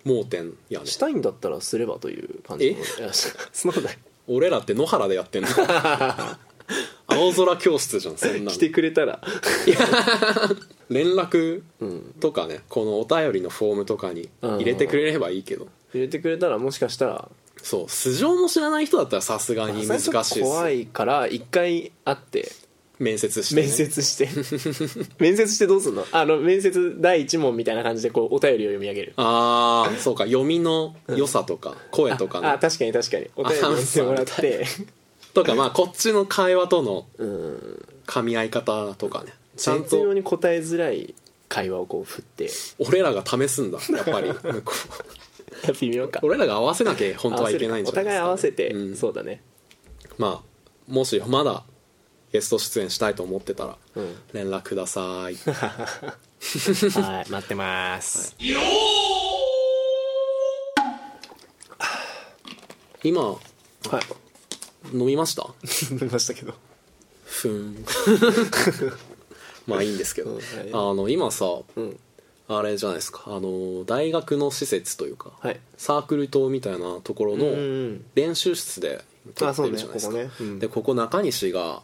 [SPEAKER 1] 盲点やね
[SPEAKER 2] したいんだったらすればという感じの
[SPEAKER 1] え
[SPEAKER 2] いやそんなことない
[SPEAKER 1] 俺らって野原でや ってんの青空教室じゃんそんなの
[SPEAKER 2] 来てくれたら
[SPEAKER 1] 連絡
[SPEAKER 2] うん
[SPEAKER 1] とかねこのお便りのフォームとかに入れてくれればいいけど
[SPEAKER 2] 入れてくれたらもしかしたら
[SPEAKER 1] そう素性も知らない人だったらさすがに難しいです
[SPEAKER 2] 最初怖いから一回会って
[SPEAKER 1] 面接してね、
[SPEAKER 2] 面接して 面接してどうすんのあの面接第一問みたいな感じでこうお便りを読み上げる
[SPEAKER 1] ああそうか読みの良さとか声とか
[SPEAKER 2] あ
[SPEAKER 1] ね
[SPEAKER 2] 確かに確かにお便り読んでもらって
[SPEAKER 1] とかまあこっちの会話との
[SPEAKER 2] うん
[SPEAKER 1] 噛み合い方とかねちゃん
[SPEAKER 2] 絶妙
[SPEAKER 1] と
[SPEAKER 2] に答えづらい会話をこう振って
[SPEAKER 1] 俺らが試すんだやっ ぱりこ
[SPEAKER 2] 微妙か
[SPEAKER 1] う俺らが合わせなきゃ本当はいけないんじ
[SPEAKER 2] お
[SPEAKER 1] ゃないで
[SPEAKER 2] 互い
[SPEAKER 1] す
[SPEAKER 2] 合
[SPEAKER 1] か
[SPEAKER 2] わせて、
[SPEAKER 1] うん
[SPEAKER 2] そうだね
[SPEAKER 1] まあもしまだゲスト出演したいと思ってたら
[SPEAKER 2] うん
[SPEAKER 1] 連絡くださ い
[SPEAKER 2] はい待ってます、
[SPEAKER 1] 今
[SPEAKER 2] はい、
[SPEAKER 1] 飲みました
[SPEAKER 2] 飲みましたけど
[SPEAKER 1] ふーん まあいいんですけど、
[SPEAKER 2] うんはい
[SPEAKER 1] あの今さ
[SPEAKER 2] うん
[SPEAKER 1] あれじゃないですかあの大学の施設というか、
[SPEAKER 2] はい
[SPEAKER 1] サークル棟みたいなところ
[SPEAKER 2] うんう
[SPEAKER 1] の
[SPEAKER 2] ん
[SPEAKER 1] 練習室で撮
[SPEAKER 2] あ
[SPEAKER 1] って
[SPEAKER 2] そう
[SPEAKER 1] る
[SPEAKER 2] ね
[SPEAKER 1] じゃ
[SPEAKER 2] こ
[SPEAKER 1] ないです
[SPEAKER 2] こ
[SPEAKER 1] か
[SPEAKER 2] ね、うん
[SPEAKER 1] でここ中西が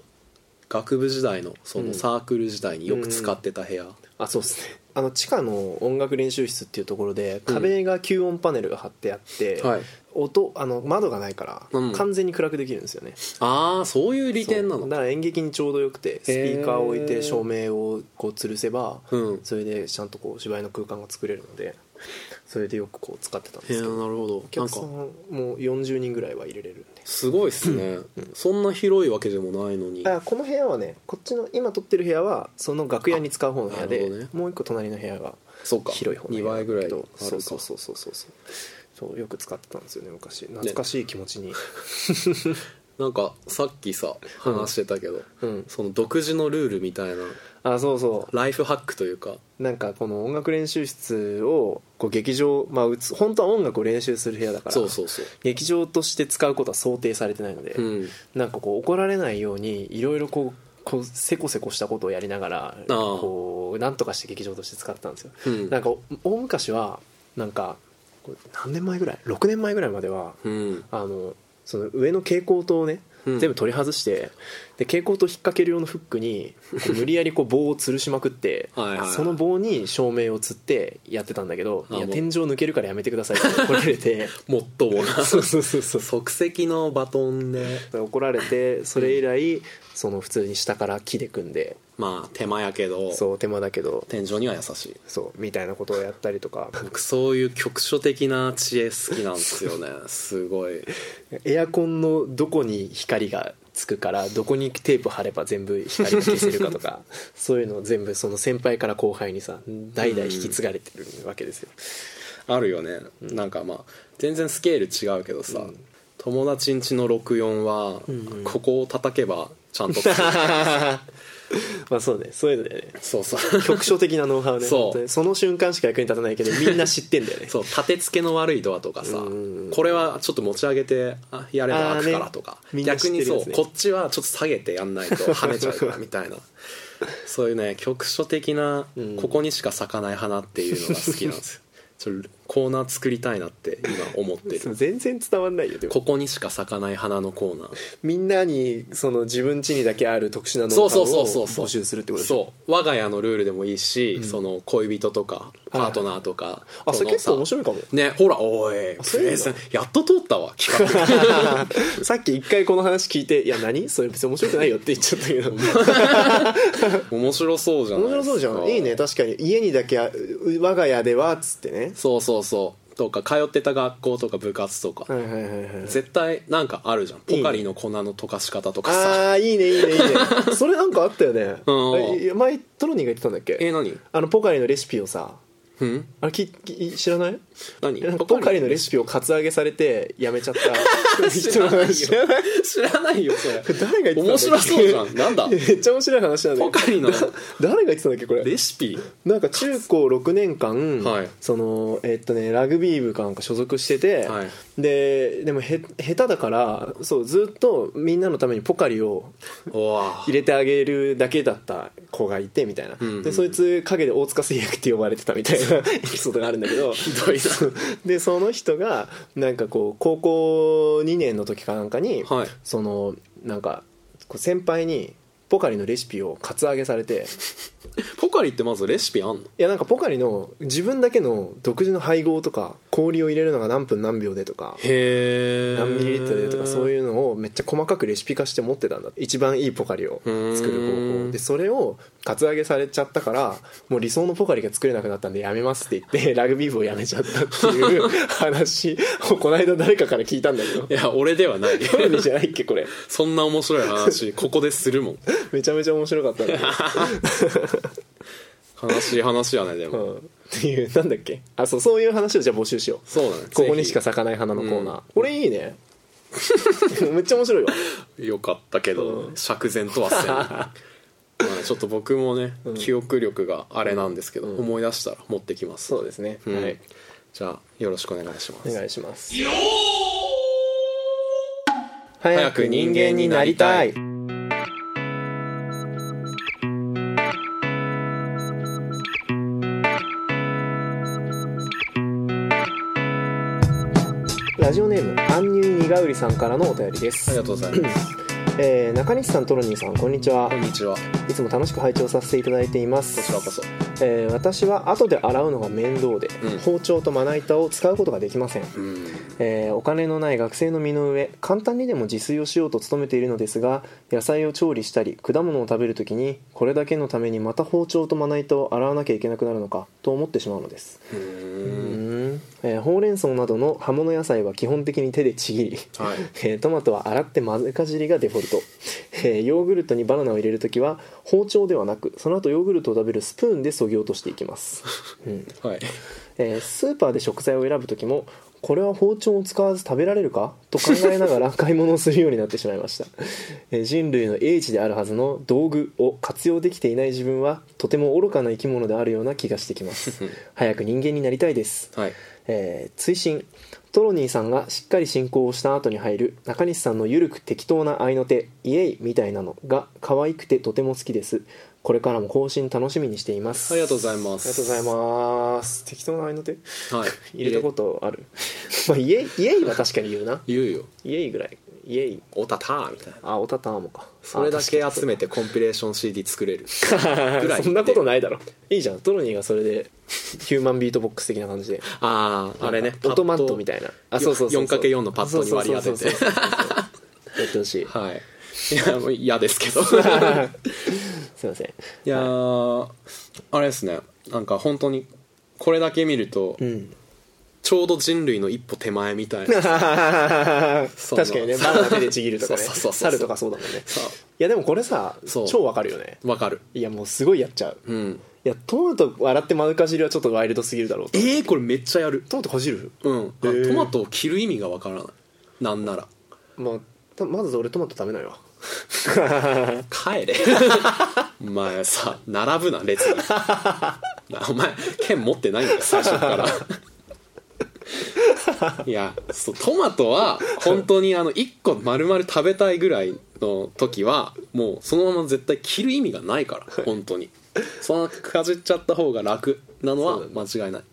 [SPEAKER 1] 学部時代のそうの
[SPEAKER 2] ん
[SPEAKER 1] サークル時代によく使ってた部屋、
[SPEAKER 2] あそうですね あの地下の音楽練習室っていうところで壁が吸音パネルが貼ってあって、
[SPEAKER 1] はい
[SPEAKER 2] 音あの窓がないから、
[SPEAKER 1] うん
[SPEAKER 2] 完全に暗くできるんですよね
[SPEAKER 1] ああそういう利点な
[SPEAKER 2] そ
[SPEAKER 1] の
[SPEAKER 2] うだから演劇にちょうどよくてスピーカーを置いて照明をこう吊るせば、
[SPEAKER 1] うん
[SPEAKER 2] それでちゃんとこう芝居の空間が作れるのでそれでよくこう使ってたんで
[SPEAKER 1] へえ
[SPEAKER 2] すけ
[SPEAKER 1] なる
[SPEAKER 2] ど
[SPEAKER 1] ほど
[SPEAKER 2] お
[SPEAKER 1] なん
[SPEAKER 2] 客
[SPEAKER 1] か
[SPEAKER 2] さんも40人ぐらいは入れれるんです
[SPEAKER 1] ごいっすね、そんな広いわけでもないのに
[SPEAKER 2] あこの部屋はねこっちの今撮ってる部屋はその楽屋に使う方の部
[SPEAKER 1] あ
[SPEAKER 2] 屋
[SPEAKER 1] な
[SPEAKER 2] で、
[SPEAKER 1] るほどね
[SPEAKER 2] もう一個隣の部屋が
[SPEAKER 1] そうか
[SPEAKER 2] 広い方の部
[SPEAKER 1] 2
[SPEAKER 2] 屋な
[SPEAKER 1] 倍
[SPEAKER 2] んだけ
[SPEAKER 1] ぐらいある
[SPEAKER 2] ど
[SPEAKER 1] か
[SPEAKER 2] そうそうそうそうそうそうそうよく使ってたんですよね昔懐かしい気持ち に、
[SPEAKER 1] なんかさっきさ話してたけど、
[SPEAKER 2] うん
[SPEAKER 1] その独自のルールみたいな
[SPEAKER 2] あそうそう
[SPEAKER 1] ライフハックというか
[SPEAKER 2] なんかこの音楽練習室をこう劇場まあうつ本当は音楽を練習する部屋だから
[SPEAKER 1] そうそうそう
[SPEAKER 2] 劇場として使うことは想定されてないので、
[SPEAKER 1] うん
[SPEAKER 2] なんかこう怒られないようにいろいろこうこうせこせこしたことをやりながら
[SPEAKER 1] あー
[SPEAKER 2] こうなんとかして劇場として使ってたんですよ、
[SPEAKER 1] うん
[SPEAKER 2] なんか大昔はなんかこれ何年前ぐらい6年前ぐらいまでは
[SPEAKER 1] うん
[SPEAKER 2] あのその上の蛍光灯をね、
[SPEAKER 1] うん
[SPEAKER 2] 全部取り外してで蛍光灯引っ掛ける用のフックにこ う無理やりこう棒を吊るしまくって
[SPEAKER 1] はいはいはい
[SPEAKER 2] その棒に照明を吊ってやってたんだけど「
[SPEAKER 1] あ
[SPEAKER 2] いや
[SPEAKER 1] もう
[SPEAKER 2] 天井抜けるからやめてください」って怒られて
[SPEAKER 1] もっともな
[SPEAKER 2] そうそうそうそう
[SPEAKER 1] 即席のバトンで
[SPEAKER 2] 怒られてそれ以来その普通に下から木で組んで
[SPEAKER 1] まあ手間やけど
[SPEAKER 2] そう手間だけど
[SPEAKER 1] 天井には優しい
[SPEAKER 2] そうみたいなことをやったりとか
[SPEAKER 1] 僕そういう局所的な知恵好きなんです よねすごい
[SPEAKER 2] エアコンのどこに光がつくからどこにテープ貼れば全部光が消せるかとか そういうのを全部その先輩から後輩にさ代々引き継がれてるわけですよ。
[SPEAKER 1] あるよね、なんかまあ全然スケール違うけどさ、友達んちの64は、ここを叩けばちゃんと つく
[SPEAKER 2] まあそうねそういうのだよね
[SPEAKER 1] そうそう
[SPEAKER 2] 局所的なノウハウね
[SPEAKER 1] そう
[SPEAKER 2] 本当にその瞬間しか役に立たないけどみんな知ってんだよね
[SPEAKER 1] そう立て付けの悪いドアとかさ、
[SPEAKER 2] うん
[SPEAKER 1] これはちょっと持ち上げてあやれば
[SPEAKER 2] あー
[SPEAKER 1] 開
[SPEAKER 2] ね
[SPEAKER 1] くからとか、
[SPEAKER 2] みんな知
[SPEAKER 1] 逆
[SPEAKER 2] って
[SPEAKER 1] に
[SPEAKER 2] るやつ
[SPEAKER 1] そ
[SPEAKER 2] ね
[SPEAKER 1] う、こっちはちょっと下げてやんないと跳ねちゃうからみたい なそういうね局所的な、
[SPEAKER 2] ん
[SPEAKER 1] ここにしか咲かない花っていうのが好きなん ですよちょっとコーナー作りたいなって今思って
[SPEAKER 2] そう
[SPEAKER 1] る
[SPEAKER 2] 全然伝わんないよでも
[SPEAKER 1] ここにしか咲かない花のコーナー
[SPEAKER 2] みんなにその自分家にだけある特殊なノ
[SPEAKER 1] そ
[SPEAKER 2] ウ
[SPEAKER 1] う
[SPEAKER 2] ハウ
[SPEAKER 1] そ
[SPEAKER 2] を
[SPEAKER 1] うそうそうそう
[SPEAKER 2] 募集するってことでしょ
[SPEAKER 1] そう我が家のルールでもいいし、その恋人とかパートナーとか、
[SPEAKER 2] あそれ
[SPEAKER 1] の
[SPEAKER 2] 結
[SPEAKER 1] さ
[SPEAKER 2] 構面白いかも
[SPEAKER 1] ねほらおい
[SPEAKER 2] そういうの
[SPEAKER 1] プレゼンやっと通ったわ企画
[SPEAKER 2] さっき一回この話聞いて「いや何それ別に面白くないよ」って言っちゃったけど 面
[SPEAKER 1] 面白そうじゃないで
[SPEAKER 2] 白
[SPEAKER 1] すか
[SPEAKER 2] そうじゃんいいね確かに家にだけあ我が家ではっつってね
[SPEAKER 1] そうそうそうとか通ってた学校とか部活とか、
[SPEAKER 2] はいはいはいはい
[SPEAKER 1] 絶対なんかあるじゃんポカリの粉の溶かし方とかさ、
[SPEAKER 2] ああいいねいいねいいね それなんかあったよね、
[SPEAKER 1] うん
[SPEAKER 2] え前トロニーが言ってたんだっけ
[SPEAKER 1] え何
[SPEAKER 2] あのポカリのレシピをさ
[SPEAKER 1] うん
[SPEAKER 2] あれきき知らない
[SPEAKER 1] 何
[SPEAKER 2] なんかポカリのレシピをカツアゲされてやめちゃった
[SPEAKER 1] 知らないよ知らないよそれ
[SPEAKER 2] 誰が 言ってたんだ
[SPEAKER 1] 面白
[SPEAKER 2] っけ
[SPEAKER 1] そうじゃんなんだ
[SPEAKER 2] めっちゃ面白い話なんだよ
[SPEAKER 1] ポカリの
[SPEAKER 2] だ誰が言ってたんだっけこれ
[SPEAKER 1] レシピ
[SPEAKER 2] なんか中高6年間、
[SPEAKER 1] はい
[SPEAKER 2] そのえっとねラグビー部かなんか所属してて、
[SPEAKER 1] はい
[SPEAKER 2] ででもへ下手だからそうずっとみんなのためにポカリを
[SPEAKER 1] おわ
[SPEAKER 2] 入れてあげるだけだった子がいてみたいな、
[SPEAKER 1] んうん
[SPEAKER 2] でそいつ陰で大塚製薬って呼ばれてたみたいな エピソードがあるんだけどひ
[SPEAKER 1] どいな
[SPEAKER 2] でその人がなんかこう高校2年の時かなんかに、
[SPEAKER 1] はい
[SPEAKER 2] そのなんかこう先輩にポカリのレシピをカツアゲされて
[SPEAKER 1] ポカリってまずレシピあんの
[SPEAKER 2] いやなんかポカリの自分だけの独自の配合とか氷を入れるのが何分何秒でとか
[SPEAKER 1] へえ
[SPEAKER 2] 何ミリリットルでとかそう
[SPEAKER 1] う
[SPEAKER 2] いうのをめっちゃ細かくレシピ化して持ってたんだ一番いいポカリを作る方
[SPEAKER 1] うーん
[SPEAKER 2] 法でそれをカツアゲされちゃったからもう理想のポカリが作れなくなったんでやめますって言って ラグビー部をやめちゃったっていう 話をこの間誰かから聞いたんだけど
[SPEAKER 1] いや俺ではない
[SPEAKER 2] 誰でじゃないっけこれ
[SPEAKER 1] そんな面白い話ここでするもん
[SPEAKER 2] めちゃめちゃ面白かったんだけ
[SPEAKER 1] 悲しい話やねでも、
[SPEAKER 2] ど、うん、っていうなんだっけあそうそういう話をじゃあ募集しよう
[SPEAKER 1] そうだね
[SPEAKER 2] ここにしか
[SPEAKER 1] ぜ
[SPEAKER 2] 咲かない花のコーナー、
[SPEAKER 1] うん
[SPEAKER 2] これいい ねめっちゃ面白いわ
[SPEAKER 1] ひよかったけど、
[SPEAKER 2] うん
[SPEAKER 1] 釈然とは せんまあちょっと僕もね、
[SPEAKER 2] ん
[SPEAKER 1] 記憶力があれなんですけど、
[SPEAKER 2] うん
[SPEAKER 1] 思い出したら持ってきます
[SPEAKER 2] そうですね、
[SPEAKER 1] うん
[SPEAKER 2] はい
[SPEAKER 1] じゃあよろしくお願いしま
[SPEAKER 2] お
[SPEAKER 1] す
[SPEAKER 2] 願いします
[SPEAKER 1] 早
[SPEAKER 2] 早
[SPEAKER 1] く
[SPEAKER 2] く
[SPEAKER 1] 人
[SPEAKER 2] 人
[SPEAKER 1] 間
[SPEAKER 2] 間
[SPEAKER 1] に
[SPEAKER 2] に
[SPEAKER 1] な
[SPEAKER 2] な
[SPEAKER 1] り
[SPEAKER 2] り
[SPEAKER 1] た
[SPEAKER 2] た
[SPEAKER 1] い
[SPEAKER 2] いラジオネーム安入にがうりさんからのお便りで
[SPEAKER 1] あり
[SPEAKER 2] す
[SPEAKER 1] が、とうございます
[SPEAKER 2] えー中西さんトロニーさんこんにちは
[SPEAKER 1] こんにちはい
[SPEAKER 2] つも楽しく拝聴させていただいています
[SPEAKER 1] こちらこそ
[SPEAKER 2] えー私は後で洗うのが面倒で、
[SPEAKER 1] うん
[SPEAKER 2] 包丁とまな板を使うことができません、
[SPEAKER 1] うん
[SPEAKER 2] えーお金のない学生の身の上簡単にでも自炊をしようと努めているのですが野菜を調理したり果物を食べるときにこれだけのためにまた包丁とまな板を洗わなきゃいけなくなるのかと思ってしまうのです
[SPEAKER 1] う
[SPEAKER 2] う
[SPEAKER 1] ーん
[SPEAKER 2] ーん、えーほうれん草などの葉物野菜は基本的に手でちぎり
[SPEAKER 1] はい
[SPEAKER 2] えートマトは洗って混ぜかじりがデフォルト、えーヨーグルトにバナナを入れる時は包丁ではなくその後ヨーグルトを食べるスプーンでそぎ落としてい きます、うん
[SPEAKER 1] はい
[SPEAKER 2] えースーパーで食材を選ぶ時もこれは包丁を使わず食べられるかと考えながら買い物をするようになってしまいました、 えー人類の英知であるはずの道具を活用できていない自分はとても愚かな生き物であるような気がしてきます 早く人間になりたいです
[SPEAKER 1] はい
[SPEAKER 2] えー追伸トロニーさんがしっかり進行をした後に入る中西さんのゆるく適当な合いの手イエイみたいなのが可愛くてとても好きですこれからも更新楽しみにしています
[SPEAKER 1] ありがとうございます
[SPEAKER 2] ありがとうございます適当な合いの手
[SPEAKER 1] はい
[SPEAKER 2] 入れたことある まあイエイイエイは確かに言うな
[SPEAKER 1] 言うよ
[SPEAKER 2] イエイぐらいイエイ
[SPEAKER 1] おたたーみたいな
[SPEAKER 2] あおたたーもか
[SPEAKER 1] それだけ
[SPEAKER 2] あ
[SPEAKER 1] 集めてコンピレーション CD 作れる
[SPEAKER 2] 確
[SPEAKER 1] ら
[SPEAKER 2] か
[SPEAKER 1] い
[SPEAKER 2] に そんなことないだろいいじゃんトロニーがそれでヒューマンビートボックス的な感じで
[SPEAKER 1] あああれね
[SPEAKER 2] オートマットみたいなあそうそうそうそう
[SPEAKER 1] 4×4 のパッドに割り当てて
[SPEAKER 2] そうそうそうそうやってほ しい
[SPEAKER 1] はいいやもう嫌ですけど
[SPEAKER 2] すいません
[SPEAKER 1] いやーあれですねなんか本当にこれだけ見ると、
[SPEAKER 2] ん
[SPEAKER 1] ちょうど人類の一歩手前みたいな
[SPEAKER 2] 確かにねバナナ手でちぎるとかね
[SPEAKER 1] そうそうそうそう
[SPEAKER 2] 猿とかそうだもんね
[SPEAKER 1] さ
[SPEAKER 2] いやでもこれさ
[SPEAKER 1] そう
[SPEAKER 2] 超わかるよね
[SPEAKER 1] わかる
[SPEAKER 2] いやもうすごいやっちゃう、
[SPEAKER 1] う
[SPEAKER 2] い
[SPEAKER 1] ん
[SPEAKER 2] やトマト洗って丸かじりはちょっとワイルドすぎるだろうと
[SPEAKER 1] えー、これめっちゃやる
[SPEAKER 2] トマトかじる
[SPEAKER 1] うんあ
[SPEAKER 2] へー
[SPEAKER 1] トマトを切る意味がわからないなんなら
[SPEAKER 2] まあたまず俺トマト食べないわ
[SPEAKER 1] 帰れお前さ並ぶな列になお前剣持ってないんだよ最初からいやそうトマトは本当にあの1個丸々食べたいぐらいの時はもうそのまま絶対切る意味がないから本当にそのかじっちゃった方が楽なのは間違いない、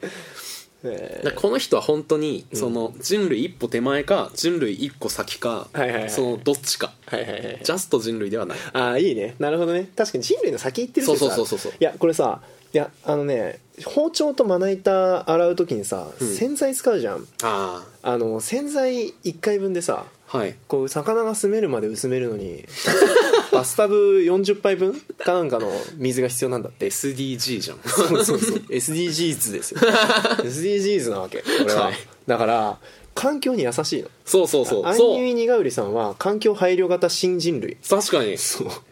[SPEAKER 2] え
[SPEAKER 1] だからこの人は本当にその人類一歩手前か人類一個先か、
[SPEAKER 2] はいはいはい
[SPEAKER 1] そのどっちか、
[SPEAKER 2] ーはいはいはい
[SPEAKER 1] ジャスト人類ではない
[SPEAKER 2] ああいいねなるほどね確かに人類の先行ってるけどさ
[SPEAKER 1] そうそうそうそうそう
[SPEAKER 2] やこれさいやあのね包丁とまな板洗う時にさ、洗剤使うじゃん
[SPEAKER 1] ああ
[SPEAKER 2] あの洗剤1回分でさ
[SPEAKER 1] はい
[SPEAKER 2] こう魚が住めるまで薄める のにバスタブ40杯分かなんかの水が必要なんだって
[SPEAKER 1] SDG じゃん
[SPEAKER 2] そうそう そう SDGs で すよ SDGs なわけこれは、
[SPEAKER 1] はい
[SPEAKER 2] だから環境に優しいの
[SPEAKER 1] そうそうそ
[SPEAKER 2] ア
[SPEAKER 1] う
[SPEAKER 2] ンニュ
[SPEAKER 1] そ
[SPEAKER 2] イ・
[SPEAKER 1] う
[SPEAKER 2] ニガウリさんは環境配慮型新人類
[SPEAKER 1] 確かに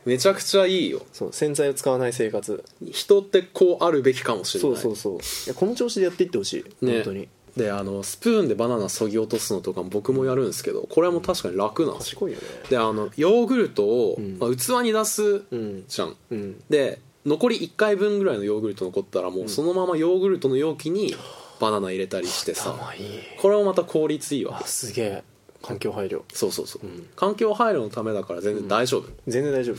[SPEAKER 1] めちゃくちゃいいよ
[SPEAKER 2] そう洗剤を使わない生活
[SPEAKER 1] 人ってこうあるべきかもしれ
[SPEAKER 2] そ
[SPEAKER 1] ないう
[SPEAKER 2] そうそういやこの調子でやっていってほしい、
[SPEAKER 1] ね
[SPEAKER 2] 本当に
[SPEAKER 1] であのスプーンでバナナそぎ落とすのとかも僕もやるんですけどこれも確かに楽なんですよ
[SPEAKER 2] 賢いよね
[SPEAKER 1] であのヨーグルトを、
[SPEAKER 2] ん
[SPEAKER 1] まあ、器に出す
[SPEAKER 2] うん
[SPEAKER 1] じゃん、
[SPEAKER 2] うん
[SPEAKER 1] で残り1回分ぐらいのヨーグルト残ったらもうそのままヨーグルトの容器にバナナ入れたりしてさ
[SPEAKER 2] 頭いい
[SPEAKER 1] これもまた効率いいわ
[SPEAKER 2] あすげえ環境配慮
[SPEAKER 1] そうそうそう、
[SPEAKER 2] ん
[SPEAKER 1] 環境配慮のためだから全然大丈夫、
[SPEAKER 2] 全然大丈夫い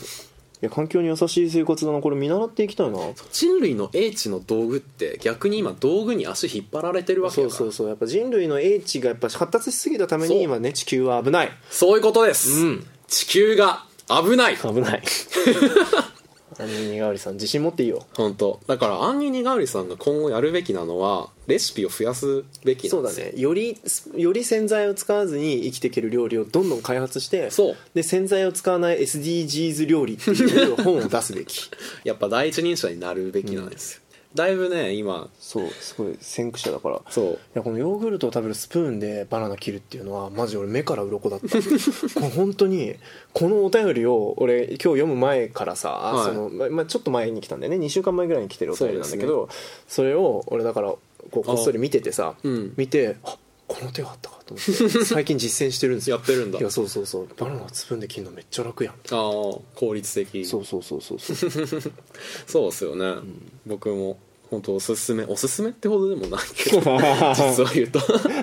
[SPEAKER 2] や環境に優しい生活だなこれ見習っていきたいな
[SPEAKER 1] 人類の英知の道具って逆に今道具に足引っ張られてるわけ
[SPEAKER 2] そ
[SPEAKER 1] だ
[SPEAKER 2] う
[SPEAKER 1] から
[SPEAKER 2] そ
[SPEAKER 1] そう
[SPEAKER 2] うそうやっぱ人類の英知がやっぱ発達しすぎたために
[SPEAKER 1] そう
[SPEAKER 2] 今ね地球は危ない
[SPEAKER 1] いうことです、
[SPEAKER 2] うん
[SPEAKER 1] 地球が危ない
[SPEAKER 2] 危ない アニニガウリさん自信持っていいよ
[SPEAKER 1] 本当だからアンニ・ニガウリさんが今後やるべきなのはレシピを増やすべきな
[SPEAKER 2] そ
[SPEAKER 1] ん
[SPEAKER 2] う
[SPEAKER 1] で
[SPEAKER 2] だ
[SPEAKER 1] すよ
[SPEAKER 2] ねよりより洗剤を使わずに生きていける料理をどんどん開発して
[SPEAKER 1] そう
[SPEAKER 2] で洗剤を使わない SDGs 料理っていう本を出すべき
[SPEAKER 1] やっぱ第一人者になるべきなんですよ、だいぶね今
[SPEAKER 2] そうすごい先駆者だからい
[SPEAKER 1] そう
[SPEAKER 2] やこのヨーグルトを食べるスプーンでバナナ切るっていうのはマジ俺目から鱗 だったこれ本当にこのお便りを俺今日読む前からさ、
[SPEAKER 1] い
[SPEAKER 2] そのままあ、ちょっと前に来たんだよね2週間前ぐらいに来てるお便りなんだけどそ,、れを俺だからこうこっそり見ててさ、
[SPEAKER 1] うん
[SPEAKER 2] 見てあこの手があったかと 思って最近実践してるんですよ
[SPEAKER 1] やってるんだ
[SPEAKER 2] いやそうそうそうバナナスプーンで切るのめっちゃ楽やん
[SPEAKER 1] ああ効率的
[SPEAKER 2] そ
[SPEAKER 1] そう
[SPEAKER 2] うそうそうそうそう
[SPEAKER 1] ですよね、僕も本当おすすめおすすめってほどでもないけど 実は言うと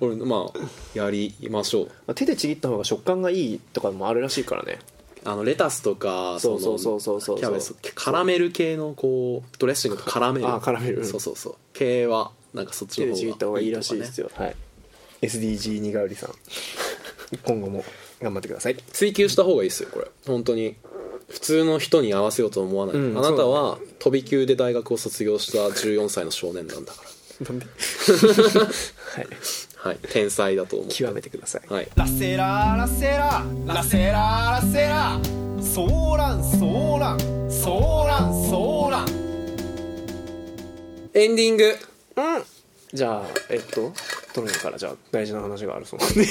[SPEAKER 1] これまあやりましょう
[SPEAKER 2] まあ手でちぎった方が食感がいいとかもあるらしいからね
[SPEAKER 1] あのレタスとか
[SPEAKER 2] そう
[SPEAKER 1] の
[SPEAKER 2] そうそうそうそう
[SPEAKER 1] キャベツカラメル系のこうドレッシングと絡める
[SPEAKER 2] あ絡める
[SPEAKER 1] そうそうそう系はなんかそっち
[SPEAKER 2] 手
[SPEAKER 1] の方が
[SPEAKER 2] でちぎった方がいいらしいです
[SPEAKER 1] よ
[SPEAKER 2] よはい SDG にがうりさん今後も頑張ってください
[SPEAKER 1] 追求した方がいいですよこれ本当に普通の人に合わせようと思わない、
[SPEAKER 2] うん
[SPEAKER 1] あなたは飛び級で大学を卒業した14歳の少年なんだか
[SPEAKER 2] なん ではい
[SPEAKER 1] らはい天才だと思
[SPEAKER 2] 極めてくださいう
[SPEAKER 1] はい
[SPEAKER 3] ラセララセララセララセラソーランソーランソーランソーラン
[SPEAKER 1] エンディング
[SPEAKER 2] じゃあえっとどのからじゃあ大事な話があるそうなんで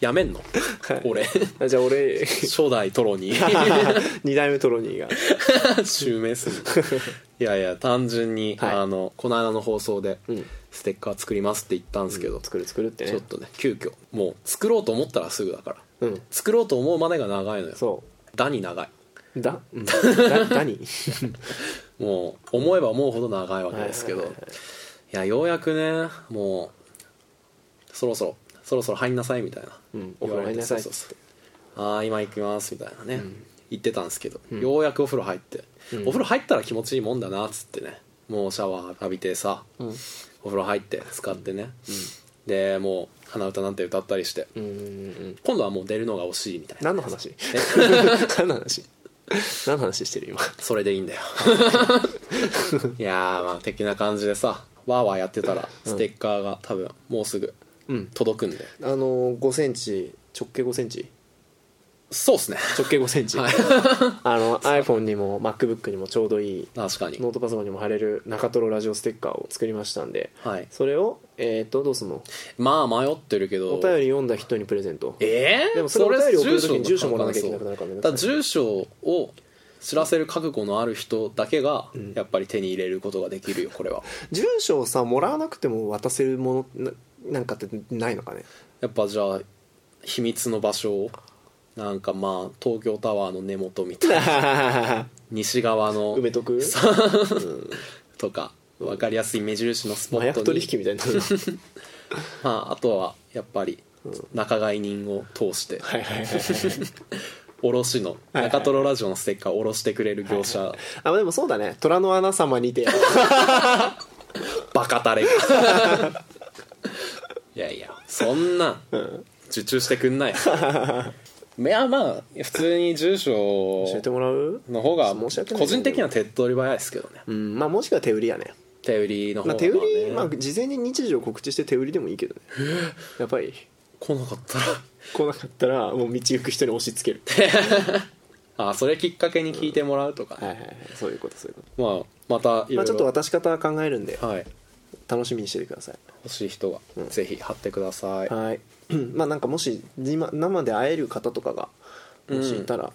[SPEAKER 1] やめんの、
[SPEAKER 2] はい
[SPEAKER 1] 俺
[SPEAKER 2] あ じゃあ俺
[SPEAKER 1] 初代トロに
[SPEAKER 2] 二代目トロニー が
[SPEAKER 1] 襲名するいやいや単純に、
[SPEAKER 2] はい
[SPEAKER 1] あのこの間の放送で、
[SPEAKER 2] うん
[SPEAKER 1] ステッカー作りますって言ったんですけど、
[SPEAKER 2] 作る作るって
[SPEAKER 1] ちょ
[SPEAKER 2] ね
[SPEAKER 1] っとね急遽もう作ろうと思ったらすぐだから
[SPEAKER 2] うん
[SPEAKER 1] 作ろうと思うまでが長いのよ
[SPEAKER 2] そ
[SPEAKER 1] だに長いう
[SPEAKER 2] だ、うん、だ何
[SPEAKER 1] もう思えば思うほど長いわけですけど、
[SPEAKER 2] はいいはいはい
[SPEAKER 1] やようやくねもうそろそろそろそろ入んなさいみたいな、
[SPEAKER 2] うんお風呂入んなさいっつって
[SPEAKER 1] そうそうそうああ今行きますみたいなね、言ってたんですけど、ようやくお風呂入って、お風呂入ったら気持ちいいもんだなっつってねもうシャワー浴びてさ、お風呂入って使ってね、でもう鼻歌なんて歌ったりして、
[SPEAKER 2] うんうんうん
[SPEAKER 1] 今度はもう出るのが惜しいみたいな
[SPEAKER 2] 何の話 何の話何の話してる今
[SPEAKER 1] それでいいんだ よいやーまあ的な感じでさわーわーやってたらステッカーが多分もうすぐ
[SPEAKER 2] うん
[SPEAKER 1] 届くんで、
[SPEAKER 2] あの5センチ直径5センチ
[SPEAKER 1] そうっすね
[SPEAKER 2] 直径5センチ、
[SPEAKER 1] はい
[SPEAKER 2] あの iPhone にも MacBook にもちょうどいい
[SPEAKER 1] 確かに
[SPEAKER 2] ノートパソコンにも貼れる中トロラジオステッカーを作りましたんで、
[SPEAKER 1] はい
[SPEAKER 2] それをえっ、とどうすんの
[SPEAKER 1] まあ迷ってるけど
[SPEAKER 2] お便り読んだ人にプレゼント
[SPEAKER 1] えー、
[SPEAKER 2] でもそれお便り送る時に
[SPEAKER 1] の
[SPEAKER 2] 住所もらわなきゃいけなくなるからね
[SPEAKER 1] だから住所を知らせる覚悟のある人だけが
[SPEAKER 2] ん
[SPEAKER 1] やっぱり手に入れることができるよこれ は
[SPEAKER 2] 住所をさもらわなくても渡せるものななんかってないのか ね
[SPEAKER 1] やっぱじゃあ秘密の場所をなんかまあ東京タワーの根元み たいな西側の
[SPEAKER 2] 埋めとく
[SPEAKER 1] とか分かりやすい目印のスポ
[SPEAKER 2] 麻
[SPEAKER 1] ット
[SPEAKER 2] 薬
[SPEAKER 1] に
[SPEAKER 2] 取引みたいになる な
[SPEAKER 1] まあ、あとはやっぱり仲買人を通して
[SPEAKER 2] はいはいはい、はい、
[SPEAKER 1] 卸の
[SPEAKER 2] いはい
[SPEAKER 1] 中トロラジオのステッカーを卸してくれる業者
[SPEAKER 2] あでもそうだね虎の穴様にて
[SPEAKER 1] バカタレが いやいやそんなん受注してくん ないいやまあ普通に住所
[SPEAKER 2] 教えてもらう
[SPEAKER 1] の方が
[SPEAKER 2] 申し訳ない
[SPEAKER 1] 個人的には手っ取り早いですけどね
[SPEAKER 2] うんまあもしくは手売りやね
[SPEAKER 1] 手売りの方
[SPEAKER 2] ま
[SPEAKER 1] が
[SPEAKER 2] あ、
[SPEAKER 1] ね
[SPEAKER 2] 手売り、まあ、事前に日時を告知して手売りでもいいけどねやっぱり
[SPEAKER 1] 来なかったら
[SPEAKER 2] 来なかったらもう道行く人に押し付ける
[SPEAKER 1] あそれきっかけに聞いてもらうとか、
[SPEAKER 2] はいはいはいそういうことそういうこと
[SPEAKER 1] まあまたいろ
[SPEAKER 2] まあ
[SPEAKER 1] い
[SPEAKER 2] ちょっ
[SPEAKER 1] ろ、
[SPEAKER 2] と渡し方考えるんで
[SPEAKER 1] はい、
[SPEAKER 2] 楽しみにしててください
[SPEAKER 1] 欲しい人は
[SPEAKER 2] うん
[SPEAKER 1] ぜひ貼ってください、
[SPEAKER 2] はい まあなんかもし今生で会える方とかがもしいたら、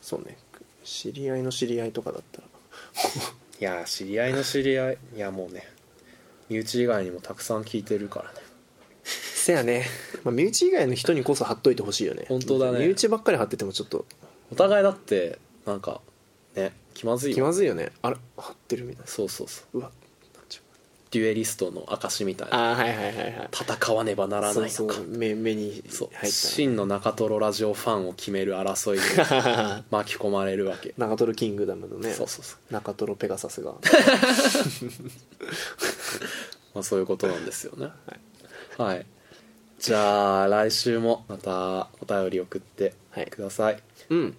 [SPEAKER 2] そうね知り合いの知り合いとかだったら
[SPEAKER 1] いやー知り合いの知り合いいやもうね身内以外にもたくさん聞いてるからね
[SPEAKER 2] せやね、まあ、身内以外の人にこそ貼っといてほしいよね
[SPEAKER 1] 本当だね
[SPEAKER 2] 身内ばっかり貼っててもちょっと
[SPEAKER 1] お互いだってなんかね気まずい
[SPEAKER 2] 気
[SPEAKER 1] よ
[SPEAKER 2] まずいよねあれ貼ってるみたいな
[SPEAKER 1] そうそうそう
[SPEAKER 2] うわ
[SPEAKER 1] デュエリストの証みたいな
[SPEAKER 2] あーはいはいはいはい
[SPEAKER 1] 戦わねばならない
[SPEAKER 2] そう
[SPEAKER 1] のか
[SPEAKER 2] そ
[SPEAKER 1] そう
[SPEAKER 2] う目目に入った
[SPEAKER 1] 真の中トロラジオファンを決める争いに 巻き込まれるわけ、
[SPEAKER 2] 中トロキングダムのね
[SPEAKER 1] そうそうそう、
[SPEAKER 2] 中トロペガサスが
[SPEAKER 1] まあ、そういうことなんですよねはい、じゃあ来週もまたお便り送って
[SPEAKER 2] はい
[SPEAKER 1] ください、
[SPEAKER 2] うん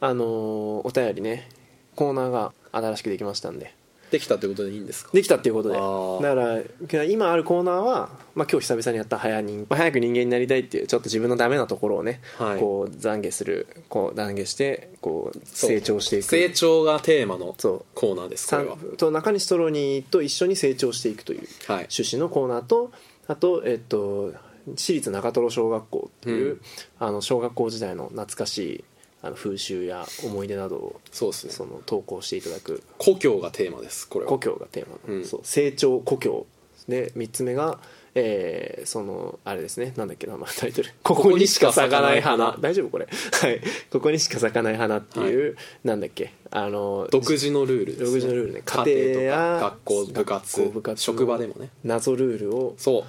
[SPEAKER 2] あのーお便りねコーナーが新しくできましたんで
[SPEAKER 1] できたってことでいいんですか
[SPEAKER 2] できたっていうこ
[SPEAKER 1] あ
[SPEAKER 2] と
[SPEAKER 1] ー
[SPEAKER 2] でだからけど今あるコーナーは、まあ、今日久々にやった早人、まあ早く人間になりたいっていうちょっと自分のダメなところをね、
[SPEAKER 1] はい
[SPEAKER 2] こう懺悔するこう懺悔してこう
[SPEAKER 1] そう
[SPEAKER 2] 成長していく
[SPEAKER 1] 成長がテーマの
[SPEAKER 2] そう
[SPEAKER 1] コーナーですこれは
[SPEAKER 2] さんと中西トロニーと一緒に成長していくという
[SPEAKER 1] はい
[SPEAKER 2] 趣旨のコーナーとあとえっと私立中トロ小学校っていう、
[SPEAKER 1] うん
[SPEAKER 2] あの小学校時代の懐かしいあの風習や思い出などを
[SPEAKER 1] そうです
[SPEAKER 2] そ
[SPEAKER 1] ね
[SPEAKER 2] の投稿していただく
[SPEAKER 1] 故郷がテーマですこれは
[SPEAKER 2] 故郷がテーマの、
[SPEAKER 1] うん
[SPEAKER 2] そう成長故郷で3つ目が、えーそのあれですねなんだっけ名前タイト ル「ここにしか咲かない花」大丈夫これはい「ここにしか咲かない花」っていう、なんだっけあの
[SPEAKER 1] 独自のルールですね
[SPEAKER 2] 独自のルールね
[SPEAKER 1] 家
[SPEAKER 2] 家庭
[SPEAKER 1] 庭
[SPEAKER 2] や
[SPEAKER 1] や学校部活
[SPEAKER 2] 学校部活の
[SPEAKER 1] 職場でもね
[SPEAKER 2] 謎ルールを
[SPEAKER 1] そう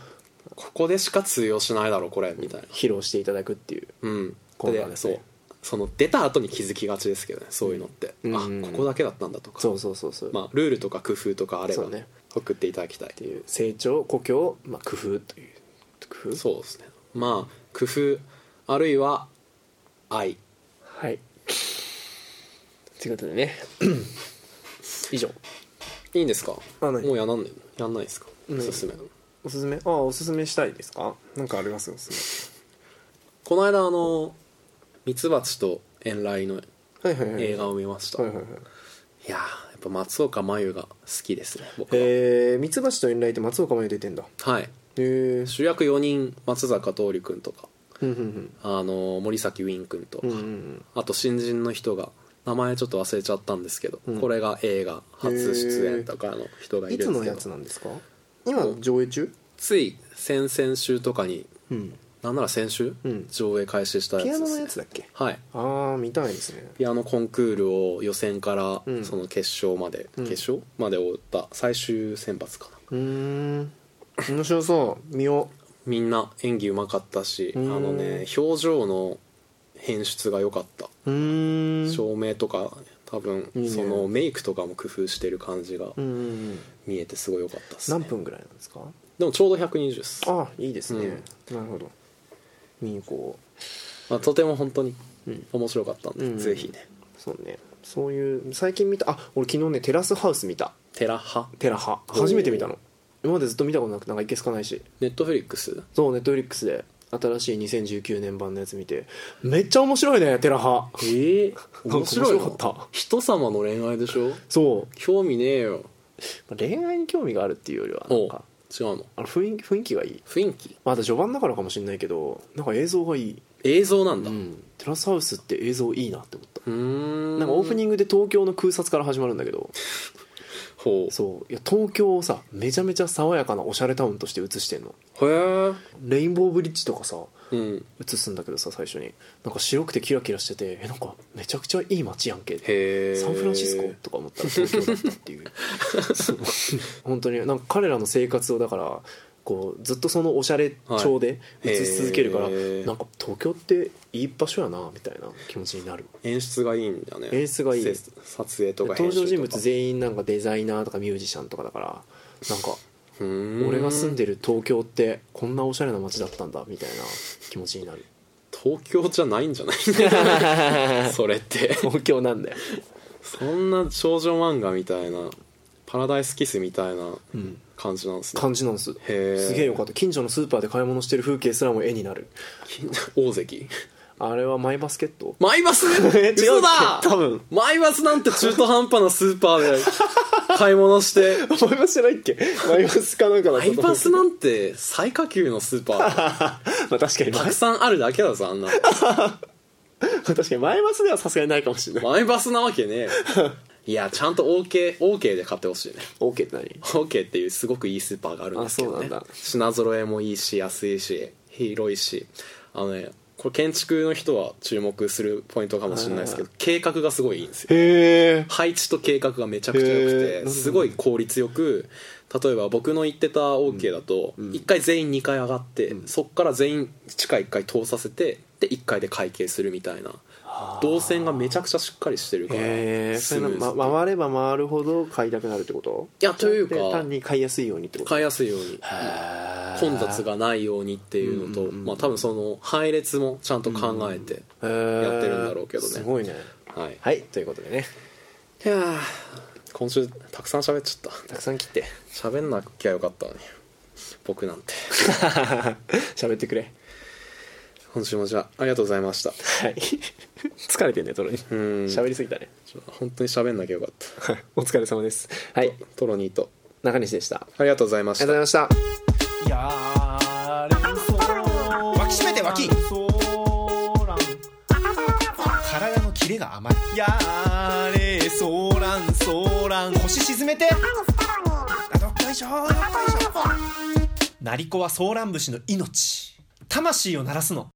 [SPEAKER 1] ここでしか通用しないだろうこれみたいな
[SPEAKER 2] 披露していただくっていう
[SPEAKER 1] うん
[SPEAKER 2] こうなんですね
[SPEAKER 1] そうその出た後に気づきがちですけどねそういうのって、
[SPEAKER 2] うん
[SPEAKER 1] あ
[SPEAKER 2] うん
[SPEAKER 1] ここだけだったんだとか
[SPEAKER 2] そうそうそうそう、
[SPEAKER 1] まあ、ルールとか工夫とかあれ
[SPEAKER 2] そ
[SPEAKER 1] ば
[SPEAKER 2] うね
[SPEAKER 1] 送っていただきたい
[SPEAKER 2] っていう成長故郷、まあ、工夫という工夫
[SPEAKER 1] そうですねまあ工夫あるいは愛
[SPEAKER 2] はいということで ね以上
[SPEAKER 1] いいんですか
[SPEAKER 2] あ
[SPEAKER 1] も
[SPEAKER 2] ないう
[SPEAKER 1] やらんねやんないですか
[SPEAKER 2] ん
[SPEAKER 1] おすすめの
[SPEAKER 2] おすすめああおすすめしたいですかなんかありますおすす
[SPEAKER 1] この間あのミツバチと遠雷の
[SPEAKER 2] めはいはいはい
[SPEAKER 1] 映画を見ました、
[SPEAKER 2] はいはいはい
[SPEAKER 1] いやーやっぱ松岡真優が好きですね僕は
[SPEAKER 2] えー、ミツバチと遠雷って松岡真優出てんだ
[SPEAKER 1] はい
[SPEAKER 2] へえ
[SPEAKER 1] 主役4人松坂桃李君とか
[SPEAKER 2] うんうん
[SPEAKER 1] あの森崎ウィン君と、
[SPEAKER 2] うんうんうん
[SPEAKER 1] あと新人の人が名前ちょっと忘れちゃったんですけど、
[SPEAKER 2] ん
[SPEAKER 1] これが映画初出演とかの人が
[SPEAKER 2] うんい
[SPEAKER 1] いる
[SPEAKER 2] つ
[SPEAKER 1] んで
[SPEAKER 2] の
[SPEAKER 1] すけ
[SPEAKER 2] や
[SPEAKER 1] ど
[SPEAKER 2] つなんですか今上映中
[SPEAKER 1] つい先々週とかに
[SPEAKER 2] うん
[SPEAKER 1] なんなら先週、
[SPEAKER 2] うん
[SPEAKER 1] 上映開始したやつ
[SPEAKER 2] ピ
[SPEAKER 1] で
[SPEAKER 2] ア
[SPEAKER 1] す、ね、
[SPEAKER 2] ノのやつだっけ
[SPEAKER 1] はい
[SPEAKER 2] ああ見たいですね
[SPEAKER 1] ピアノコンクールを予選から
[SPEAKER 2] うん
[SPEAKER 1] その決勝まで、
[SPEAKER 2] うん
[SPEAKER 1] 決勝まで終わった最終選抜かな
[SPEAKER 2] うーん面白そう見よ
[SPEAKER 1] みんな演技うまかったしあ
[SPEAKER 2] うん
[SPEAKER 1] のね表情の演出が良かった
[SPEAKER 2] ううーん
[SPEAKER 1] 照明とか多分
[SPEAKER 2] いいね
[SPEAKER 1] そのメイクとかも工夫してる感じが
[SPEAKER 2] うんうんうん
[SPEAKER 1] 見えてすごい良かったです、ね、
[SPEAKER 2] 何分ぐらいなんですか
[SPEAKER 1] でもちょうど120です
[SPEAKER 2] あいいですね、
[SPEAKER 1] う
[SPEAKER 2] なるほど見に行こ
[SPEAKER 1] まあ、とても本当に
[SPEAKER 2] うん
[SPEAKER 1] 面白かったんで、
[SPEAKER 2] うん
[SPEAKER 1] ぜひね
[SPEAKER 2] うそうねそういう最近見たあ俺昨日ねテラスハウス見た
[SPEAKER 1] テラハ
[SPEAKER 2] テラハ
[SPEAKER 1] おー
[SPEAKER 2] 初めて見たの今までずっと見たことなくてなんかいけすかないし
[SPEAKER 1] ネットフリックス
[SPEAKER 2] そうネットフリックスで新しい2019年版のやつ見てめっちゃ面白いねテラハ
[SPEAKER 1] ええ
[SPEAKER 2] 面
[SPEAKER 1] 面
[SPEAKER 2] 白
[SPEAKER 1] 白
[SPEAKER 2] い
[SPEAKER 1] い
[SPEAKER 2] の
[SPEAKER 1] かった人様の恋愛でしょ
[SPEAKER 2] そう
[SPEAKER 1] 興味ねえよ
[SPEAKER 2] まあ恋愛に興味があるっていうよりはな
[SPEAKER 1] お
[SPEAKER 2] ん
[SPEAKER 1] う
[SPEAKER 2] か
[SPEAKER 1] 違うの
[SPEAKER 2] あの雰囲気雰囲気がいい
[SPEAKER 1] 雰囲気
[SPEAKER 2] まだ序盤だからかもしれないけどなんか映像がいい、
[SPEAKER 1] 映像なん
[SPEAKER 2] う、
[SPEAKER 1] だうん
[SPEAKER 2] テラスハウスって映像いいなって思った
[SPEAKER 1] ーん
[SPEAKER 2] なんかオープニ
[SPEAKER 1] ング
[SPEAKER 2] ングで東京の空撮から始まるんだけど
[SPEAKER 1] ほ
[SPEAKER 2] そういや東京をさめちゃめちゃ爽やかなおしゃれタウンとして映してんの
[SPEAKER 1] うへ
[SPEAKER 2] レインボーブリッジとかさ
[SPEAKER 1] えうん
[SPEAKER 2] 映すんだけどさ最初になんか白くてキラキラしててえなんかめちゃくちゃいい街やんけ
[SPEAKER 1] へえ
[SPEAKER 2] サンフランシスコとか思ったら東京だったっていうそう本当になんか彼らの生活をだからこうずっとそのおしゃれ調で
[SPEAKER 1] はい
[SPEAKER 2] 映し続けるから、
[SPEAKER 1] へー
[SPEAKER 2] なんか東京っていい場所やなみたいな気持ちになる
[SPEAKER 1] 演出がいいんだね
[SPEAKER 2] 演出がいい
[SPEAKER 1] せ撮影とか
[SPEAKER 2] 登場人物
[SPEAKER 1] 全
[SPEAKER 2] 全員なんかデザイナーとかミュージシャンとかだからなんか
[SPEAKER 1] 員
[SPEAKER 2] 俺が住ん
[SPEAKER 1] で
[SPEAKER 2] でる東京ってこんなおしゃれな街だったんだみたいな気持ちになる
[SPEAKER 1] 東京じゃないんじゃないそれって
[SPEAKER 2] 東京なんだよ
[SPEAKER 1] そんな少女漫画みたいなパラダイスキスみたいな
[SPEAKER 2] うん
[SPEAKER 1] 感じなんですね、
[SPEAKER 2] 感じなんです
[SPEAKER 1] へえ
[SPEAKER 2] すげえよかった近所のスーパーで買い物してる風景すらも絵になる
[SPEAKER 1] 大関
[SPEAKER 2] あれはマイバスケット
[SPEAKER 1] マイバス
[SPEAKER 2] え違うっけ
[SPEAKER 1] 嘘だ
[SPEAKER 2] 多分
[SPEAKER 1] マイバスなんて中途半端なスーパーで買い物して
[SPEAKER 2] マイバスじゃないっけマイバスかなんかだ
[SPEAKER 1] マイバスなんて最下級のスーパ ー
[SPEAKER 2] まあ確かに
[SPEAKER 1] たくさんあるだけだぞあんなの
[SPEAKER 2] 確かにマイバスではさすがにないかもしれない
[SPEAKER 1] マイバスなわけねえよいやちゃんと OK, OK で買ってほしいね
[SPEAKER 2] OK って何
[SPEAKER 1] OK っていうすごくいいスーパーがあるんですけど
[SPEAKER 2] あそ
[SPEAKER 1] ね
[SPEAKER 2] うなんだ
[SPEAKER 1] 品揃えもいいし安いし広いしあのねこれ建築の人は注目するポイントかもしれないですけど計画がすごいいいんですよ
[SPEAKER 2] へえ
[SPEAKER 1] 配置と計画がめちゃくちゃ良
[SPEAKER 2] へ
[SPEAKER 1] く
[SPEAKER 2] ー
[SPEAKER 1] てすごい効率よく例えば僕の言ってた OK だと1回全員2回上がってそっから全員地下1回通させてで1回で会計するみたいな動線がめちゃくちゃしっかりしてるから
[SPEAKER 2] へえ
[SPEAKER 1] ス
[SPEAKER 2] それ
[SPEAKER 1] ム
[SPEAKER 2] な
[SPEAKER 1] ーズ
[SPEAKER 2] ま回れば回るほど買いたくなるってこと
[SPEAKER 1] いやというか
[SPEAKER 2] で単に買いやすいようにってこと
[SPEAKER 1] 買いやすいように
[SPEAKER 2] へー
[SPEAKER 1] 混雑がないようにっていうのとまあ多分その配列もちゃんと考えて
[SPEAKER 2] へー
[SPEAKER 1] やってるんだろうけどね
[SPEAKER 2] すごいね
[SPEAKER 1] はいい
[SPEAKER 2] はいということでね
[SPEAKER 1] やー今週たくさん喋っちゃった
[SPEAKER 2] たくさん切って
[SPEAKER 1] 喋んなきゃよかったのに僕なんて
[SPEAKER 2] 喋ってくれ
[SPEAKER 1] 今週もじゃあありがとうございました
[SPEAKER 2] はい 疲れてんねトロに
[SPEAKER 1] ん
[SPEAKER 2] 喋りすぎたね
[SPEAKER 1] 本当に喋んなきゃよかった
[SPEAKER 2] お疲れ様ですはい
[SPEAKER 1] トロニーと
[SPEAKER 2] 中西でしたあ
[SPEAKER 1] ありがとうございまし
[SPEAKER 2] りがと
[SPEAKER 1] た
[SPEAKER 2] うございました
[SPEAKER 3] やーれんそーらん
[SPEAKER 4] 脇締めて脇
[SPEAKER 3] そーらん
[SPEAKER 4] 体のキレが甘い
[SPEAKER 3] やーれーそーらんそーらん
[SPEAKER 4] 腰沈めてどっこいしょどっこいしょ成子はソーラン節の命魂を鳴らすの